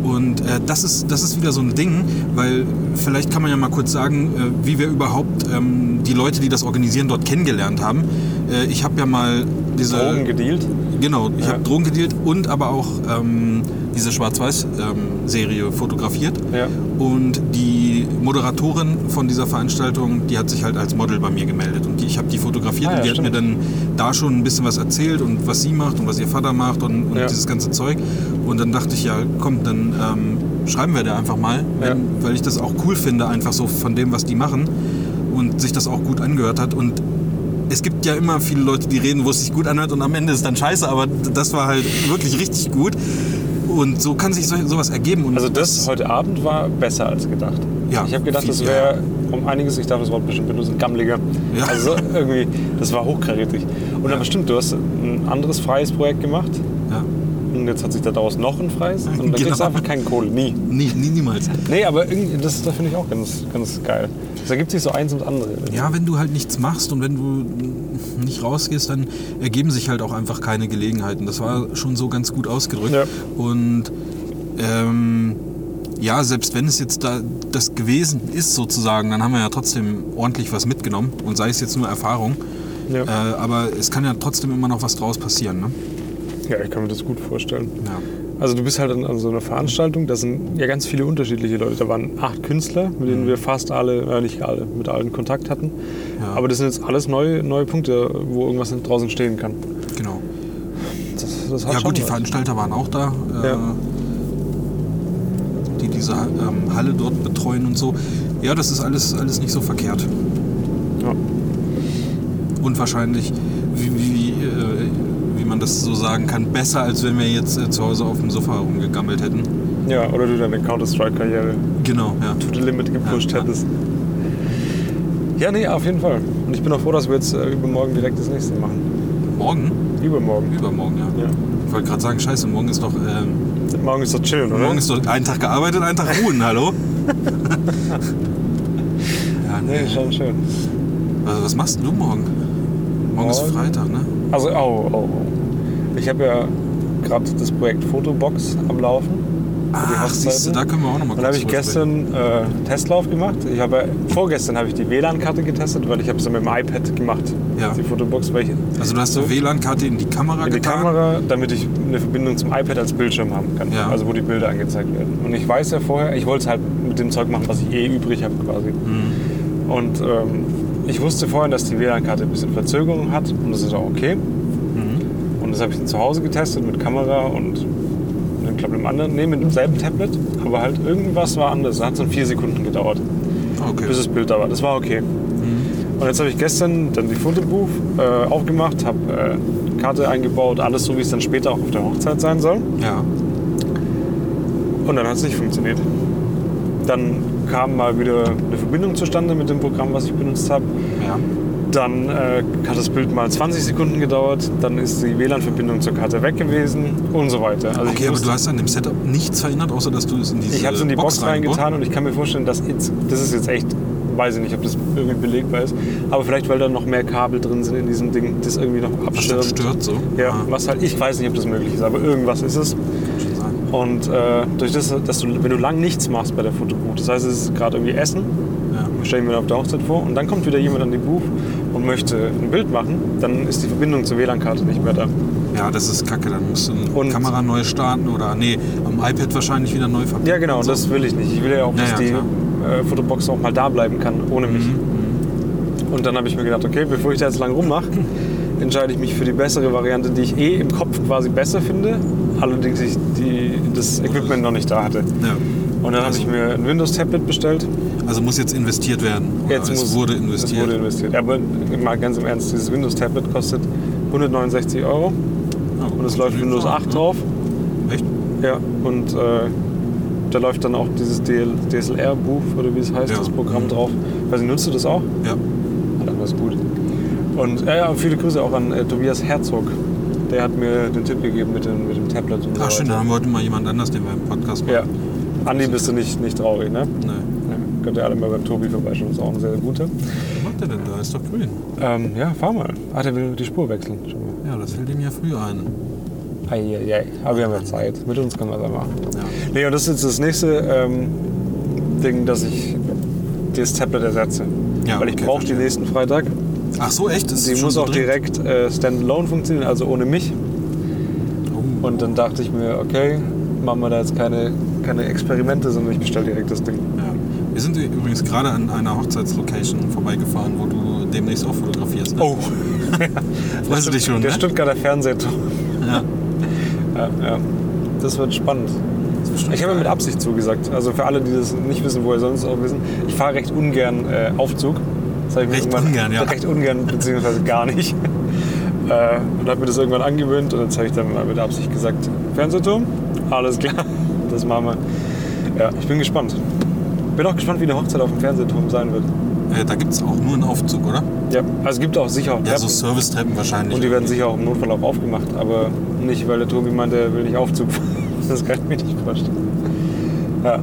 Und äh, das, ist, das ist wieder so ein Ding, weil vielleicht kann man ja mal kurz sagen, äh, wie wir überhaupt ähm, die Leute, die das organisieren, dort kennengelernt haben. Äh, ich habe ja mal diese.
Drogen gedealt?
Genau, ich
Ja.
habe Drogen gedealt und aber auch ähm, diese Schwarz-Weiß-Serie fotografiert.
Ja.
Und die Moderatorin von dieser Veranstaltung, die hat sich halt als Model bei mir gemeldet. Und die, ich habe die fotografiert
Ah, ja,
und die hat
stimmt.
mir dann da schon ein bisschen was erzählt und was sie macht und was ihr Vater macht und, und
Ja.
dieses ganze Zeug. Und dann dachte ich, ja, komm, dann ähm, schreiben wir da einfach mal, wenn,
Ja.
weil ich das auch cool finde, einfach so von dem, was die machen und sich das auch gut angehört hat. Und es gibt ja immer viele Leute, die reden, wo es sich gut anhört und am Ende ist dann scheiße, aber das war halt wirklich richtig gut. Und so kann sich so, sowas ergeben. Und
Also das heute Abend war besser als gedacht.
Ja,
ich habe gedacht,
viel-
das wäre um einiges, ich darf das Wort bestimmt benutzen, gammeliger.
Ja.
Also irgendwie, das war hochkarätig. Und dann bestimmt, du hast ein anderes freies Projekt gemacht
ja.
und jetzt hat sich daraus noch ein freies und dann
Genau.
kriegst du einfach keine Kohle, nie.
Nie, nie, niemals.
Nee, aber irgendwie, das, das finde ich auch ganz, ganz geil. Es ergibt sich so eins und andere.
Ja, wenn du halt nichts machst und wenn du nicht rausgehst, dann ergeben sich halt auch einfach keine Gelegenheiten. Das war schon so ganz gut ausgedrückt.
Ja.
Und ähm, ja, selbst wenn es jetzt da das gewesen ist sozusagen, dann haben wir ja trotzdem ordentlich was mitgenommen und sei es jetzt nur Erfahrung.
Ja.
Äh, aber es kann ja trotzdem immer noch was draus passieren. Ne?
ja, ich kann mir das gut vorstellen.
Ja.
Also du bist halt an, an so einer Veranstaltung, da sind ja ganz viele unterschiedliche Leute. Da waren acht Künstler, mit
Mhm.
denen wir fast alle, äh, nicht alle, mit allen Kontakt hatten.
Ja.
Aber das sind jetzt alles neue, neue Punkte, wo irgendwas draußen stehen kann.
Genau.
Das, das hat
Ja
schon
gut, die
was.
Veranstalter waren auch da, äh,
Ja.
die diese ähm, Halle dort betreuen und so. Ja, das ist alles, alles nicht so verkehrt.
Ja.
Und wahrscheinlich, wie, wie, äh, wie man das so sagen kann, besser, als wenn wir jetzt äh, zu Hause auf dem Sofa rumgegammelt hätten.
ja, oder du deine Counter-Strike-Karriere
Genau, ja.
to the limit gepusht
Ja, ja.
hättest. Ja, nee, auf jeden Fall. Und ich bin auch froh, dass wir jetzt äh, übermorgen direkt das nächste machen.
Morgen?
Übermorgen.
Übermorgen, ja.
Ja.
Ich wollte gerade sagen, scheiße, morgen ist doch, ähm,
Morgen ist doch chillen, oder?
morgen ist doch ein Tag gearbeitet, ein Tag ruhen, hallo? ja,
Nee,
nee.
schon schön.
Also, was machst denn du morgen? Morgen ist
Morgen?
Freitag, ne?
Also, oh, oh. oh. Ich habe ja gerade das Projekt Fotobox am Laufen. die
Ach,
Hochzeiten.
siehst du, da können wir auch nochmal
Ah, Dann habe ich gestern äh, Testlauf gemacht. Ich habe ja- vorgestern habe ich die WLAN-Karte getestet, weil ich habe es dann mit dem iPad gemacht.
Ja.
Die Fotobox, weil ich
Also du hast eine WLAN-Karte in die Kamera
Hm? in die
getan.
Kamera, damit ich eine Verbindung zum iPad als Bildschirm haben kann.
Ja.
Also wo die Bilder angezeigt werden. Und ich weiß ja vorher, ich wollte es halt mit dem Zeug machen, was ich eh übrig habe quasi.
Mhm.
Und ähm, ich wusste vorher, dass die WLAN-Karte ein bisschen Verzögerung hat und das ist auch okay.
Mhm.
Und das habe ich dann zu Hause getestet mit Kamera und ne, ich glaube einem anderen, nee, mit demselben Tablet, aber halt irgendwas war anders. Da hat es dann vier Sekunden gedauert,
Okay.
bis das Bild da war. Das war okay.
Mhm.
Und jetzt habe ich gestern dann die Fotobuch äh, aufgemacht, habe äh, Karte eingebaut, alles so, wie es dann später auch auf der Hochzeit sein soll.
Ja.
Und dann hat es nicht funktioniert. Dann kam mal wieder eine Verbindung zustande mit dem Programm, was ich benutzt habe.
ja.
Dann äh, hat das Bild mal 20 Sekunden gedauert, dann ist die WLAN-Verbindung zur Karte weg gewesen und so weiter. Also ich
Okay, aber
wusste-
du hast an dem Setup nichts verändert, außer dass du es in diese
Ich habe es in die Box,
reingebaut-
reingetan und ich kann mir vorstellen, dass jetzt, das ist jetzt echt, weiß ich nicht, ob das irgendwie belegbar ist, aber vielleicht, weil da noch mehr Kabel drin sind in diesem Ding, das irgendwie noch
Was dann
abschirmt.
stört so.
Ja,
Ah,
was halt, ich weiß nicht, ob das möglich ist, aber irgendwas ist es.
kann schon sein.
Und äh, durch das, dass du, wenn du lang nichts machst bei der Fotobooth, das heißt, es ist gerade irgendwie Essen,
Ja.
stelle ich mir auf der Hochzeit vor, und dann kommt wieder jemand an die Booth und möchte ein Bild machen, dann ist die Verbindung zur WLAN-Karte nicht mehr da.
ja, das ist kacke. Dann musst du
Und-
die Kamera neu starten oder nee, am iPad wahrscheinlich wieder neu verbinden.
Ja, genau, und das will ich nicht. Ich will ja auch,
Ja,
dass
ja, Mhm,
die äh, Fotobox auch mal da bleiben kann, ohne mich. Und dann habe ich mir gedacht, okay, bevor ich da jetzt lang rummache, entscheide ich mich für die bessere Variante, die ich eh im Kopf quasi besser finde, allerdings ich die, das Equipment noch nicht da hatte.
Ja.
Und dann habe ich mir ein Windows-Tablet bestellt.
Also muss jetzt investiert werden. Oder Ah, es
muss-
wurde investiert.
Es wurde investiert. Aber mal ganz im Ernst, dieses Windows-Tablet kostet 169 Euro
Ja, gut.
und es läuft Windows 8 drauf.
Echt?
Ja, und äh, da läuft dann auch dieses DL DSLR-Buch oder wie es heißt,
Ja. Mhm.
das Programm drauf. Weiß nicht, nutzt du das auch?
Ja.
Ah, Dann war es gut. Und äh, ja, viele Grüße auch an äh, Tobias Herzog. Der hat mir den Tipp gegeben mit dem, mit dem Tablet. Und so
Ach schön,
weiter.
dann haben wir heute mal jemand anders, den wir im Podcast
also- Ja, Andi bist du nicht, nicht traurig, ne?
Nein.
Ja, könnt ihr alle mal beim Tobi vorbeischauen, ist auch eine sehr gute.
Was macht der denn da? Ist doch grün.
Ähm, ja, fahr mal. Ah, der will die Spur wechseln. Schon mal.
Ja, das fällt ihm ja früh ein.
Eieiei. Aber wir haben ja Zeit. Mit uns können wir das machen.
Ja.
Nee, und das ist jetzt das nächste ähm, Ding, dass ich das Tablet ersetze.
Ja,
Weil ich
okay,
brauche die
verstehe.
nächsten Freitag.
Ach so, echt? Das
Sie
schon
muss
so
auch
drin?
direkt äh, standalone funktionieren, also ohne mich.
Oh.
Und dann dachte ich mir, okay, machen wir da jetzt keine, keine Experimente, sondern ich bestelle direkt das Ding.
Ja. Wir sind übrigens gerade an einer Hochzeitslocation vorbeigefahren, wo du demnächst auch fotografierst. Ne?
Oh,
Freust du dich schon,
der
ne?
Stuttgarter Fernsehturm.
Ja.
Ja, ja. Das wird spannend.
Das ist bestimmt
Ich habe
geil.
mit Absicht zugesagt. Also für alle, die das nicht wissen, woher sonst auch wissen, ich fahre recht ungern äh, Aufzug. Das hab ich mir
Recht
irgendwann-
ungern, ja.
Recht ungern, beziehungsweise gar nicht. Äh, und habe mir das irgendwann angewöhnt und jetzt habe ich dann mal mit Absicht gesagt, Fernsehturm, alles klar, das machen wir. Ja, ich bin gespannt. Bin auch gespannt, wie eine Hochzeit auf dem Fernsehturm sein wird.
Äh, da gibt es auch nur einen Aufzug, oder?
Ja, also es gibt auch sicher auch
Ja, so
Treppen.
Servicetreppen wahrscheinlich.
Und die werden sicher auch im Notfall auch aufgemacht, aber nicht, weil der Tobi meint, er will nicht Aufzug fahren. Das kann ich mir nicht vorstellen. Ja.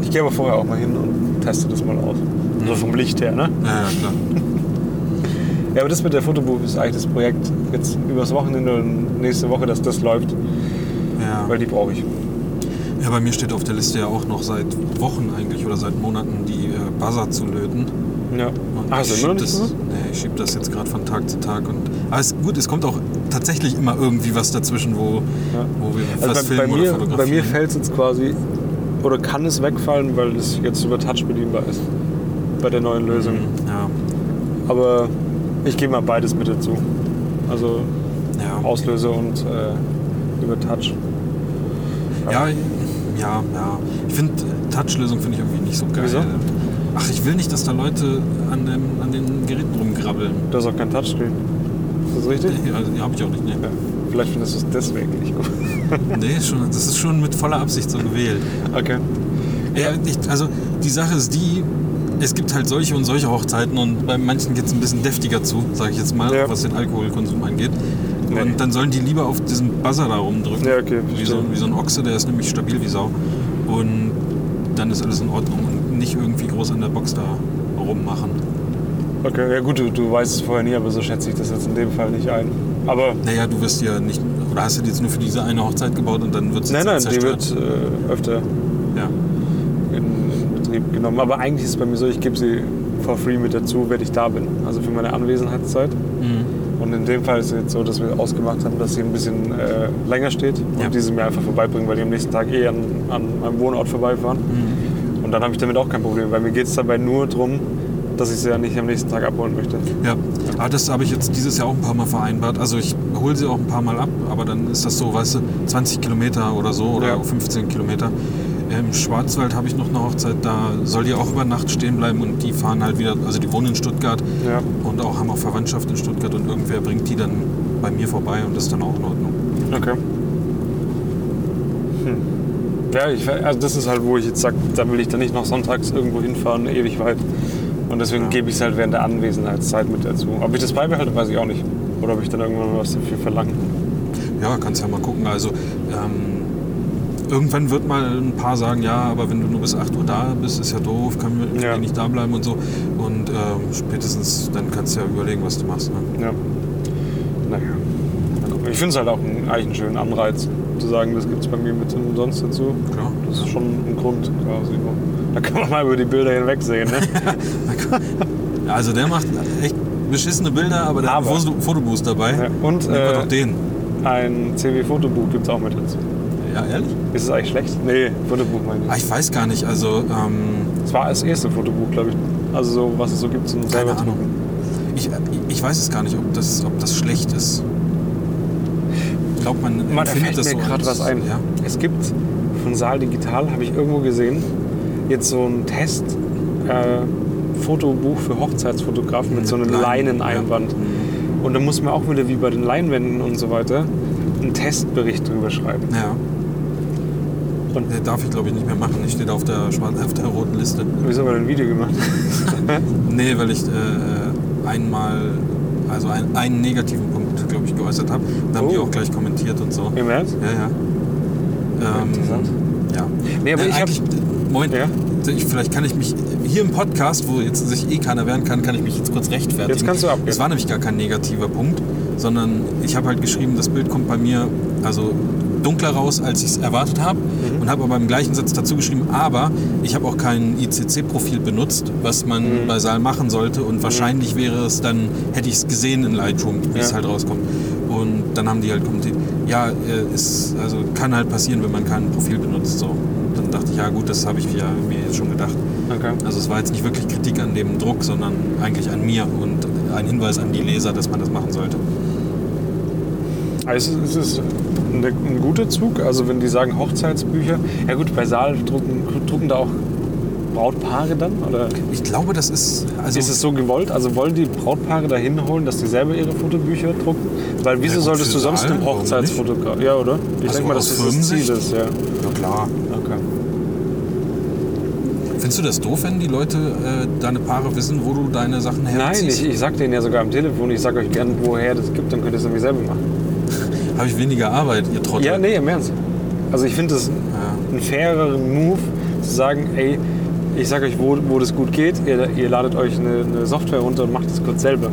Ich gehe aber vorher auch mal hin und teste das mal aus. So vom Licht her, ne?
Ja, ja, klar.
Ja, aber das mit der Fotobooth ist eigentlich das Projekt jetzt übers Wochenende und nächste Woche, dass das läuft,
Ja.
weil die brauche ich.
Ja, bei mir steht auf der Liste ja auch noch seit Wochen eigentlich oder seit Monaten die äh, Buzzer zu löten.
Ja.
Und
Ach,
ich
Ah, sind wir noch
schieb
nicht
das,
so? ne?
nee, ich schieb das jetzt gerade von Tag zu Tag. Und, aber es, gut, es kommt auch tatsächlich immer irgendwie was dazwischen, wo,
Ja.
wo wir was
Also bei, bei
filmen
mir,
oder
bei
fotografieren.
mir fällt es jetzt quasi, oder kann es wegfallen, weil es jetzt über Touch bedienbar ist. Bei der neuen
Mhm.
Lösung.
ja,
Aber ich gehe mal beides mit dazu. Also
ja.
Auslöse und äh, über Touch.
Ja, ja, ja. Ich finde Touch-Lösung finde ich irgendwie nicht so geil.
Wieso?
Ach, ich will nicht, dass da Leute an, dem, an den Geräten rumgrabbeln.
Du hast auch kein Touchscreen. Ist das richtig?
Nee, also, ja, habe ich auch nicht. Nee.
Ja. Vielleicht findest du es deswegen nicht gut.
nee, ist schon, das ist schon mit voller Absicht so gewählt.
Okay.
Ja, ich, also die Sache ist die, es gibt halt solche und solche Hochzeiten und bei manchen geht es ein bisschen deftiger zu, sage ich jetzt mal,
Ja.
was den Alkoholkonsum angeht.
Nee.
Und dann sollen die lieber auf diesen Buzzer da rumdrücken.
Ja, okay,
wie, so,
verstehe.
wie so ein Ochse, der ist nämlich stabil wie Sau. Und dann ist alles in Ordnung und nicht irgendwie groß an der Box da rummachen.
Okay, ja gut, du, du weißt es vorher nie, aber so schätze ich das jetzt in dem Fall nicht ein. Aber
Naja, du wirst ja nicht, oder hast du die jetzt nur für diese eine Hochzeit gebaut und dann wird es
nein, nein, die
zerstört?
wird äh, öfter
Ja.
in, in Betrieb genommen. Aber eigentlich ist es bei mir so, ich gebe sie for free mit dazu, wenn ich da bin. Also für meine Anwesenheitszeit.
Mhm.
Und in dem Fall ist es jetzt so, dass wir ausgemacht haben, dass sie ein bisschen äh, länger steht und
Ja.
die sie mir einfach vorbeibringen, weil die am nächsten Tag eh an, an meinem Wohnort vorbeifahren.
Mhm.
Und dann habe ich damit auch kein Problem, weil mir geht es dabei nur darum, dass ich sie ja nicht am nächsten Tag abholen möchte.
Ja, aber das habe ich jetzt dieses Jahr auch ein paar Mal vereinbart. Also ich hole sie auch ein paar Mal ab, aber dann ist das so, weißt du, 20 Kilometer oder so oder
Ja.
15 Kilometer. Im Schwarzwald habe ich noch eine Hochzeit, da soll die auch über Nacht stehen bleiben und die fahren halt wieder, also die wohnen in Stuttgart
Ja.
und auch haben auch Verwandtschaft in Stuttgart und irgendwer bringt die dann bei mir vorbei und das ist dann auch in Ordnung.
Okay. Hm. Ja, ich, also das ist halt, wo ich jetzt sage, da will ich dann nicht noch sonntags irgendwo hinfahren, ewig weit. Und deswegen
Ja.
gebe ich es halt während der Anwesenheitszeit mit dazu. Ob ich das beibehalte, weiß ich auch nicht. Oder ob ich dann irgendwann mal was dafür verlange.
Ja, kannst ja mal gucken. Also ähm, irgendwann wird mal ein paar sagen, ja, aber wenn du nur bis 8 Uhr da bist, ist ja doof, kann wir
Ja.
nicht da bleiben und so. Und ähm, spätestens dann kannst du ja überlegen, was du machst. Ne?
Ja. Naja. Mal gucken. Ich finde es halt auch einen, eigentlich einen schönen Anreiz, zu sagen, das gibt es bei mir mit umsonst dazu.
Klar.
Das ist schon ein Grund quasi. Da kann man mal über die Bilder hinwegsehen, ne?
Ja, Also der macht echt beschissene Bilder, aber der
Aber-
hat einen Foto- Fotoboost dabei.
Ja, Und
Nehmen wir
äh,
doch den.
ein CW-Fotobuch gibt es auch mit dazu.
Ja, ehrlich?
Ist es eigentlich schlecht? Nee, Fotobuch meine
Ah,
ich.
ich weiß gar nicht. Also ähm,
Es war das erste Fotobuch, glaube ich. Also so, was es so gibt zum selber
Ahnung.
drucken.
ich, äh, ich weiß es gar nicht, ob das, ob das schlecht ist. Ich glaube, man
Mann, da
empfindet
fällt
das
mir
so
gerade was
als-
ein.
Ja?
Es gibt von Saal Digital, habe ich irgendwo gesehen, jetzt so ein Test äh, Fotobuch für Hochzeitsfotografen mit so einem
Leinen, ja.
Leineneinband. Und da muss man auch wieder wie bei den Leinwänden und so weiter einen Testbericht drüber schreiben.
Ja.
Und-
Der darf ich glaube ich nicht mehr machen. Ich stehe da auf der, schwarzen, auf der roten Liste.
Wieso haben wir denn ein Video gemacht?
Nee, weil ich äh, einmal, also ein, einen negativen Punkt, glaube ich, geäußert habe. Da haben die
Oh.
auch gleich kommentiert und so.
Im Ernst?
Ja, ja. Ähm,
Interessant.
ja.
Nee, aber
Äh,
ich hab-
eigentlich- Moment,
Ja?
ich, vielleicht kann ich mich hier im Podcast, wo jetzt sich eh keiner wehren kann, kann ich mich jetzt kurz rechtfertigen.
Jetzt kannst du abgehen.
Das war nämlich gar kein negativer Punkt, sondern ich habe halt geschrieben, das Bild kommt bei mir also dunkler raus, als ich es erwartet habe
Mhm.
und habe aber im gleichen Satz dazu geschrieben, aber ich habe auch kein ICC-Profil benutzt, was
Mhm.
man bei Saal machen sollte und wahrscheinlich wäre es dann, hätte ich es gesehen in Lightroom, wie es
Ja.
halt rauskommt. Und dann haben die halt kommentiert, ja, äh, ist, also kann halt passieren, wenn man kein Profil benutzt. So. Dann dachte ich, ja gut, das habe ich ja mir jetzt schon gedacht.
Okay.
Also es war jetzt nicht wirklich Kritik an dem Druck, sondern eigentlich an mir und ein Hinweis an die Leser, dass man das machen sollte.
Also es ist eine, ein guter Zug, also wenn die sagen Hochzeitsbücher. Ja gut, bei Saal drucken, drucken da auch Brautpaare dann? Oder
Ich glaube, das ist also
ist es so gewollt? Also wollen die Brautpaare dahin holen, dass die selber ihre Fotobücher drucken? Weil wieso
Ja, gut,
solltest
für
du sonst
Saal,
einem
warum nicht?
Hochzeitsfotograf? Ja, oder? Ich
Also
denke mal, dass
aus
das das Ziel
Firmensicht?
ist, ja.
ja klar.
Okay.
Findest du das doof, wenn die Leute äh, deine Paare wissen, wo du deine Sachen
Nein,
herziehst?
ich, ich sag denen ja sogar am Telefon, ich sag euch gern, woher das gibt, dann könnt ihr es nämlich selber machen.
Habe ich weniger Arbeit, ihr Trottel?
Ja, nee, im Ernst. Also ich finde das
Ja.
einen faireren Move, zu sagen, ey, ich sag euch, wo, wo das gut geht, ihr, ihr ladet euch eine, eine Software runter und macht das kurz selber.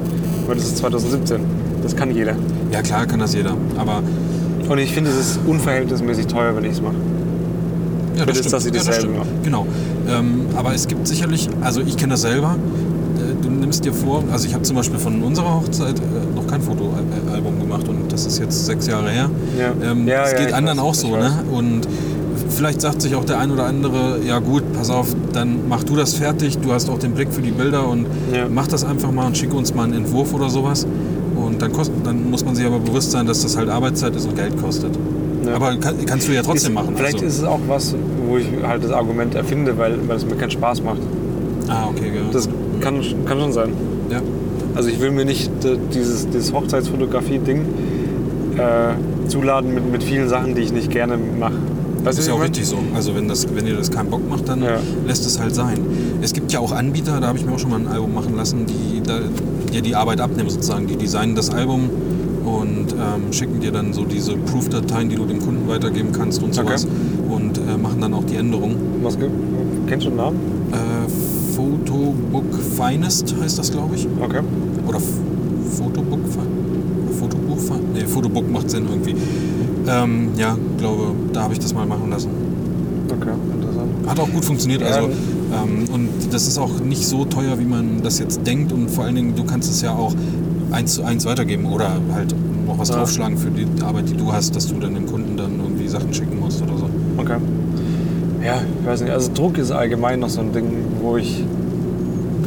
Weil das ist 2017. Das kann jeder.
ja klar, kann das jeder. Aber
Und ich finde, es ist unverhältnismäßig teuer, wenn ich es mache.
Ja,
Für das, dass sie
das
dasselbe
stimmt. Genau. Ähm, aber es gibt sicherlich, also ich kenne das selber. Äh, Du nimmst dir vor, also ich habe zum Beispiel von unserer Hochzeit äh, noch kein Fotoalbum gemacht und das ist jetzt sechs Jahre her.
Ja.
Ähm,
Ja,
es
ja,
geht
ich
anderen
weiß,
auch
ich
so,
weiß.
ne? Und vielleicht sagt sich auch der ein oder andere, ja gut, pass auf, dann mach du das fertig, du hast auch den Blick für die Bilder und
Ja.
mach das einfach mal und schick uns mal einen Entwurf oder sowas. Und dann, kost, dann muss man sich aber bewusst sein, dass das halt Arbeitszeit ist und Geld kostet.
Ja.
Aber kann, kannst du ja trotzdem
ist,
machen.
Vielleicht
also.
ist es auch was, wo ich halt das Argument erfinde, weil, weil es mir keinen Spaß macht.
ah, okay, ja.
Das kann, kann schon sein.
ja.
Also ich will mir nicht äh, dieses, dieses Hochzeitsfotografie-Ding äh, zuladen mit, mit vielen Sachen, die ich nicht gerne mache. Weißt
Das
du, wie
ist ja
ich
auch
mein?
richtig so. Also wenn, das, wenn dir das keinen Bock macht, dann
Ja.
lässt es halt sein. Es gibt ja auch Anbieter, da habe ich mir auch schon mal ein Album machen lassen, die da, dir die Arbeit abnehmen sozusagen. Die designen das Album und ähm, schicken dir dann so diese Proof-Dateien, die du dem Kunden weitergeben kannst und sowas. Und äh, machen dann auch die Änderungen.
Was gibt? Kennst du den Namen?
Äh, Photobook Finest heißt das, glaube ich.
Okay.
Oder F- Fotobook Finest. Fotobuch Finest. Nee, Fotobook macht Sinn irgendwie. Ähm, ja, glaube, da habe ich das mal machen lassen.
Okay, interessant.
Hat auch gut funktioniert.
Ja.
Also, ähm, und das ist auch nicht so teuer, wie man das jetzt denkt. Und vor allen Dingen, du kannst es ja auch eins zu eins weitergeben oder halt noch was
Ja.
draufschlagen für die Arbeit, die du hast, dass du dann dem Kunden dann irgendwie Sachen schicken musst oder so.
Okay. Ja, ich weiß nicht. Also Druck ist allgemein noch so ein Ding, wo ich,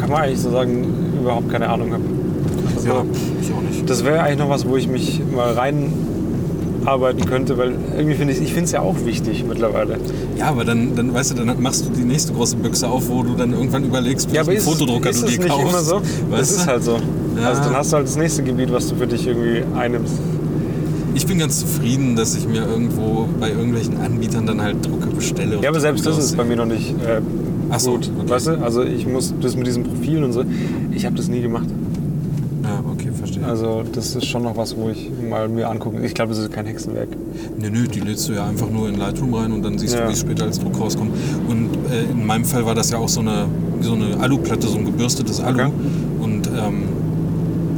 kann man eigentlich so sagen, überhaupt keine Ahnung habe. Also,
ich auch nicht.
Das wäre eigentlich noch was, wo ich mich mal reinarbeiten könnte, weil irgendwie finde ich, ich finde es ja auch wichtig mittlerweile.
Ja, aber dann, dann, weißt du, dann machst du die nächste große Büchse auf, wo du dann irgendwann überlegst, welchen
ist es-
Fotodrucker
ist
du
es
dir
nicht
kaufst.
Immer so? Das
Weißt
ist
du?
halt so.
Ja.
Also dann hast du halt das nächste Gebiet, was du für dich irgendwie einnimmst.
Ich bin ganz zufrieden, dass ich mir irgendwo bei irgendwelchen Anbietern dann halt Drucker bestelle. und
Ja, aber
die
selbst
gut
das ist bei
aussehen.
mir noch nicht äh,
Ach so,
gut.
okay.
Weißt du, also ich muss das mit diesen Profilen und so, ich habe das nie gemacht.
Ja, okay, verstehe.
Also das ist schon noch was, wo ich mal mir angucken. Ich glaube, das ist kein Hexenwerk.
Nö, nö, die lädst du ja einfach nur in Lightroom rein und dann siehst
Ja.
du, wie es später als Druck rauskommt. Und äh, in meinem Fall war das ja auch so eine, so eine Aluplatte, so ein gebürstetes Alu.
Okay.
Und ähm,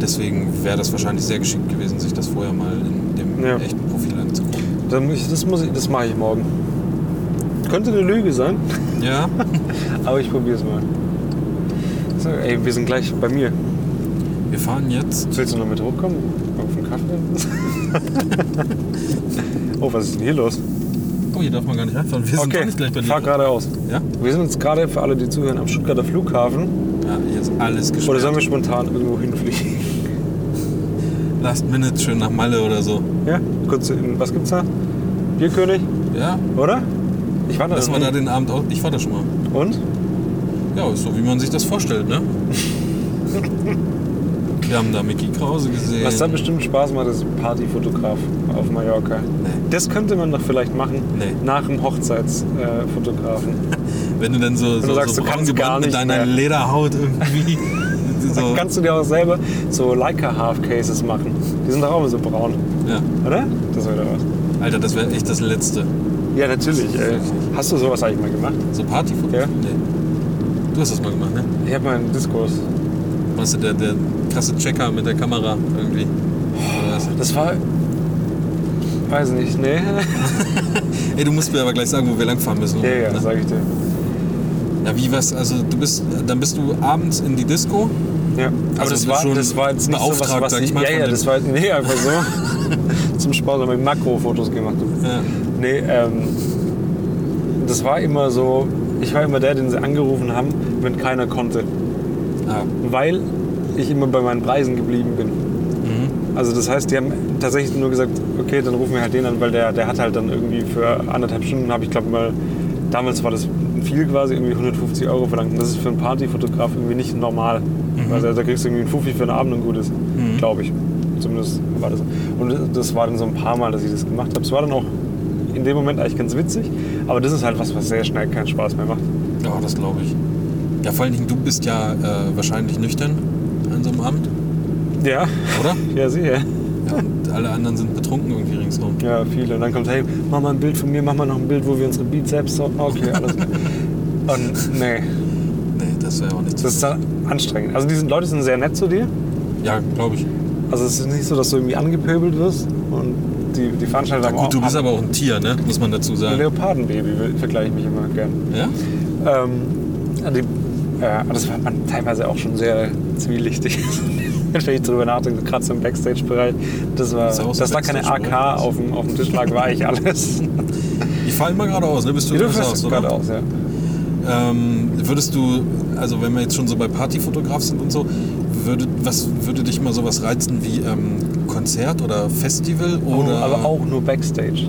deswegen wäre das wahrscheinlich sehr geschickt gewesen, sich das vorher mal in dem
Ja.
echten Profil anzugucken.
Dann muss ich, das muss ich, das mache ich morgen. Könnte eine Lüge sein,
Ja,
aber ich probiere es mal. So, ey, wir sind gleich bei mir.
wir fahren jetzt.
Willst du noch mit hochkommen? Auf den Kaffee? oh, was ist denn hier los?
Oh, hier darf man gar nicht reinfahren. Wir sind doch
okay,
nicht gleich bei
fahr
dir.
geradeaus.
Ja?
Wir sind jetzt gerade, für alle, die zuhören, am Stuttgarter Flughafen.
ja, jetzt alles
Oder sollen
gesperrt.
wir spontan irgendwo hinfliegen?
Last Minute schön nach Malle oder so.
Ja, kurz, in, was gibt's da? Bierkönig,
Ja,
oder? Ich war da
lassen wir da
noch nie.
den Abend auch. Ich war da schon mal.
Und?
Ja, ist so wie man sich das vorstellt, ne? Wir haben da Mickey Krause gesehen.
Was da bestimmt Spaß macht, ist Partyfotograf auf Mallorca. Das könnte man doch vielleicht machen,
Nee.
nach dem Hochzeitsfotografen. Äh, Fotografen.
Wenn du dann so, so,
sagst,
so
du kannst
braun
gar
gebrannt mit
nicht mehr.
deiner Lederhaut irgendwie. so,
Dann kannst du dir auch selber so Leica Half Cases machen. Die sind doch auch immer so braun,
ja.
oder? Das wäre doch was.
Alter, das wäre echt das Letzte.
Ja, natürlich. Ey. Hast du sowas eigentlich mal gemacht?
So Partyfotos?
Ja.
Nee. Du hast das mal gemacht, ne?
Ich habe mal einen Diskurs.
Warst du der, der krasse Checker mit der Kamera irgendwie? Oder was?
Das war. Weiß nicht, nee.
Ey, du musst mir aber gleich sagen, wo wir langfahren müssen.
ja, ja,
Ne?
sag ich dir.
Ja, wie was? Also du bist, dann bist du abends in die Disco.
Ja. Aber
Also
das
du
war,
schon
das war jetzt nicht so was,
beauftragt,
was
sag ich mal,
Ja,
von
ja,
dem-
das war nee, einfach so. Zum Spaß haben wir Makrofotos gemacht.
Ja.
Nee, ähm, das war immer so, ich war immer der, den sie angerufen haben, wenn keiner konnte.
Ah.
Weil ich immer bei meinen Preisen geblieben bin.
Mhm.
Also das heißt, die haben tatsächlich nur gesagt, okay, dann rufen wir halt den an, weil der, der hat halt dann irgendwie für anderthalb Stunden, habe ich glaube mal, damals war das viel quasi, irgendwie 150 Euro verlangt. Und das ist für einen Partyfotograf irgendwie nicht normal. Weil da, da kriegst du irgendwie einen Fuffi für einen Abend und gut ist, glaube ich. Zumindest war das. Und das war dann so ein paar Mal, dass ich das gemacht habe. Es war dann auch in dem Moment eigentlich ganz witzig, aber das ist halt was, was sehr schnell keinen Spaß mehr macht.
Ja, das glaube ich. Ja, vor allen Dingen, du bist ja äh, wahrscheinlich nüchtern an so einem Abend,
Ja,
oder?
ja, sicher.
Ja, und alle anderen sind betrunken irgendwie ringsrum.
Ja, viele. Und dann kommt, hey, mach mal ein Bild von mir, mach mal noch ein Bild, wo wir unsere Bizeps so. Okay, alles klar. Und nee,
Nee, das wäre auch nichts.
das ist dann anstrengend. Also die sind- Leute sind sehr nett zu dir.
ja, glaube ich.
Also es ist nicht so, dass du irgendwie angepöbelt wirst. Und die, die Veranstalter
Na gut, du bist
haben
aber auch ein Tier, ne? Muss man dazu
ein
sagen.
Leopardenbaby, vergleiche ich mich immer gern.
Ja?
Ähm, die, äh, aber das war man teilweise auch schon sehr zwielichtig. Wenn ich drüber nachdenke, gerade so im Backstage-Bereich, das war,
Ist auch so
dass da keine
Backstage-Bereich.
AK auf dem, auf dem Tisch lag, war ich alles.
Ich fall immer geradeaus, ne? Bist du
Die dürfen
geradeaus,
das gerade aus, ja.
Ähm, würdest du, also wenn wir jetzt schon so bei Partyfotograf sind und so, würde, was, würde dich mal sowas reizen wie ähm, Konzert oder Festival oder
Oh, aber auch nur Backstage.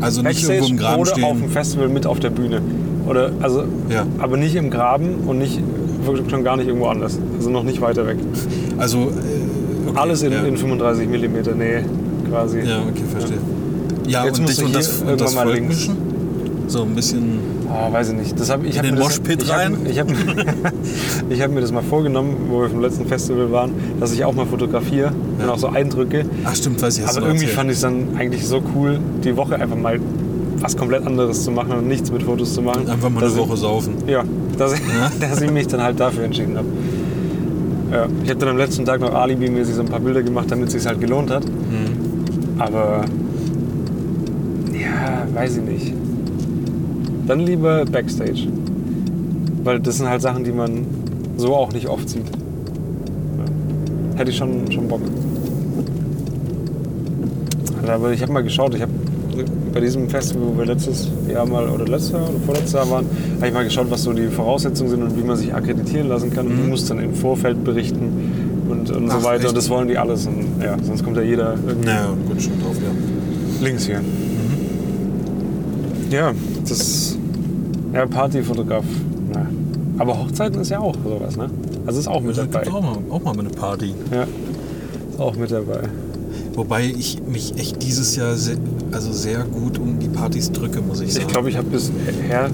also nicht
Backstage
irgendwo im Graben
oder auf dem
stehen?
Festival mit auf der Bühne. Oder, also,
Ja.
Aber nicht im Graben und nicht wirklich schon gar nicht irgendwo anders. Also noch nicht weiter weg.
Also äh, okay,
Alles in,
ja.
in 35 mm Nähe quasi.
Ja, okay, verstehe. Ja,
Jetzt
und
musst
dich
du
und
hier
das, und
irgendwann
das
mal
Volk
links.
mischen? So ein bisschen.
Ah, weiß ich nicht. Das hab, ich
In
hab
den
mir das-
Moshpit
ich hab-
rein?
Ich habe ich hab mir das mal vorgenommen, wo wir vom letzten Festival waren, dass ich auch mal fotografiere und
Ja.
auch so Eindrücke.
Ach stimmt, weiß ich, hast
Aber
du mal
irgendwie
erzählt.
fand ich es dann eigentlich so cool, die Woche einfach mal was komplett anderes zu machen und nichts mit Fotos zu machen.
Einfach mal
dass
eine
ich-
Woche saufen.
Ja, dass ich,
Ja?
dass ich mich dann halt dafür entschieden habe. Ja, ich habe dann am letzten Tag noch Alibi-mäßig so ein paar Bilder gemacht, damit es sich halt gelohnt hat. Aber ja, weiß ich nicht. Dann lieber Backstage. Weil das sind halt Sachen, die man so auch nicht oft sieht. Ja. Hätte ich schon, schon Bock. Also, Aber ich habe mal geschaut, ich habe bei diesem Festival, wo wir letztes Jahr mal oder letztes Jahr oder vorletztes Jahr waren, habe ich mal geschaut, was so die Voraussetzungen sind und wie man sich akkreditieren lassen kann. Und du musst dann im Vorfeld berichten und, und
Mhm. Ach,
so weiter.
echt?
Das wollen die alles. Und, ja, sonst kommt ja jeder irgendwie
Naja, gut, stimmt drauf, ja.
links hier.
Mhm.
Ja, das ja Partyfotograf. Na. Aber Hochzeiten ist ja auch sowas, ne? Also ist auch mit
Da
dabei.
gibt's auch mal, auch mal eine Party.
Ja, ist auch mit dabei.
Wobei ich mich echt dieses Jahr sehr, also sehr gut um die Partys drücke, muss ich sagen.
Ich glaube, ich habe bisher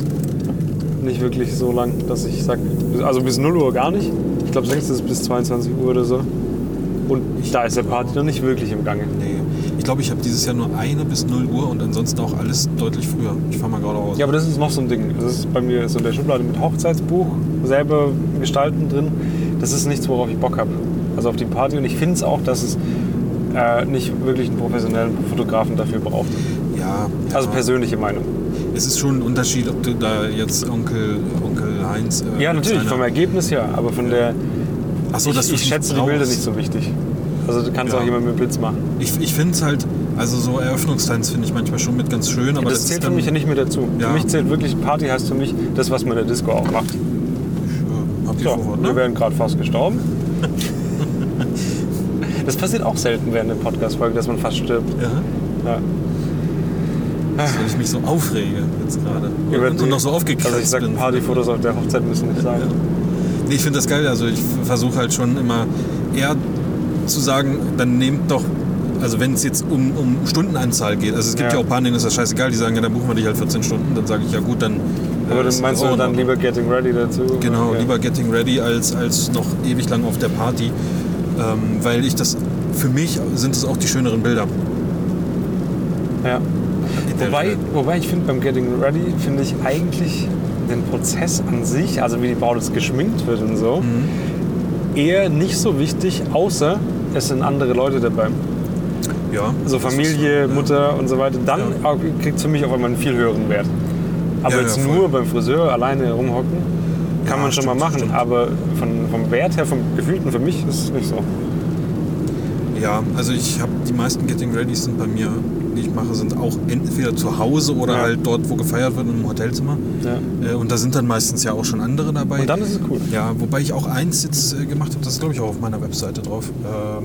nicht wirklich so lang, dass ich sag, also bis 0 Uhr gar nicht. Ich glaube, längstens bis 22 Uhr oder so. Und da ist der Party noch nicht wirklich im Gange.
Nee. Ich glaube, ich habe dieses Jahr nur eine bis 0 Uhr und ansonsten auch alles deutlich früher. Ich fahre mal gerade aus.
Ja, aber das ist noch so ein Ding. Das ist bei mir so in der Schublade mit Hochzeitsbuch, selber gestalten drin. Das ist nichts, worauf ich Bock habe. Also auf die Party. Und ich finde es auch, dass es äh, nicht wirklich einen professionellen Fotografen dafür braucht.
ja, ja.
Also persönliche Meinung.
Es ist schon ein Unterschied, ob du da jetzt Onkel, Onkel Heinz. äh,
Ja,
mit
natürlich,
seiner-
vom Ergebnis ja. Aber von der.
Ach so, dass
ich,
du
ich
die
schätze die Bilder
brauchst.
nicht so wichtig. Also du kannst
Ja.
auch jemand mit Blitz machen.
Ich, ich finde es halt, also so Eröffnungstanz finde ich manchmal schon mit ganz schön, aber
das,
das,
zählt
ist
für
dann,
mich ja nicht mit dazu.
Ja.
Für mich zählt wirklich, Party heißt für mich das, was man in der Disco auch macht.
Ja, habt ihr
So,
Vorwort,
wir
ne?
wären gerade fast gestorben. das passiert auch selten während der Podcast-Folge, dass man fast stirbt.
Ja,
Ja.
weil ich mich so aufrege jetzt gerade. Und, und noch so aufgekratzt
Also ich sag,
bin.
Partyfotos auf der Hochzeit müssen nicht sein.
Nee, ich finde das geil. Also ich versuche halt schon immer eher zu sagen, dann nehmt doch, also wenn es jetzt um, um Stundenanzahl geht, also es gibt ja,
Ja.
auch Paaren, denen ist das scheißegal, die sagen, ja, dann buchen wir dich halt 14 Stunden, dann sage ich, ja gut, dann...
Aber
äh,
dann
ist
meinst
in
du dann
Ordnung.
lieber Getting Ready dazu?
Genau,
Ja.
lieber Getting Ready als, als noch ewig lang auf der Party, ähm, weil ich das, für mich sind es auch die schöneren Bilder.
Ja.
Detail.
Wobei, wobei ich finde, beim Getting Ready finde ich eigentlich den Prozess an sich, also wie die Braut jetzt geschminkt wird und so,
Mhm.
eher nicht so wichtig, außer es sind andere Leute dabei.
ja,
Also
das
Familie,
ist, ne? ja.
Mutter und so weiter. Dann
Ja.
kriegt es für mich auf einmal einen viel höheren Wert. Aber
Ja,
jetzt
ja, voll.
nur beim Friseur alleine rumhocken, kann
Ja,
man schon
stimmt,
mal machen.
stimmt.
Aber von, vom Wert her, vom Gefühlten für mich ist es nicht so.
Ja, also ich habe die meisten Getting Ready sind bei mir, die ich mache, sind auch entweder zu Hause oder
Ja.
halt dort, wo gefeiert wird, im Hotelzimmer.
Ja.
Äh, Und da sind dann meistens ja auch schon andere dabei.
Und dann ist es cool.
Ja, wobei ich auch eins jetzt äh, gemacht habe, das ist glaube ich auch auf meiner Webseite drauf, ähm,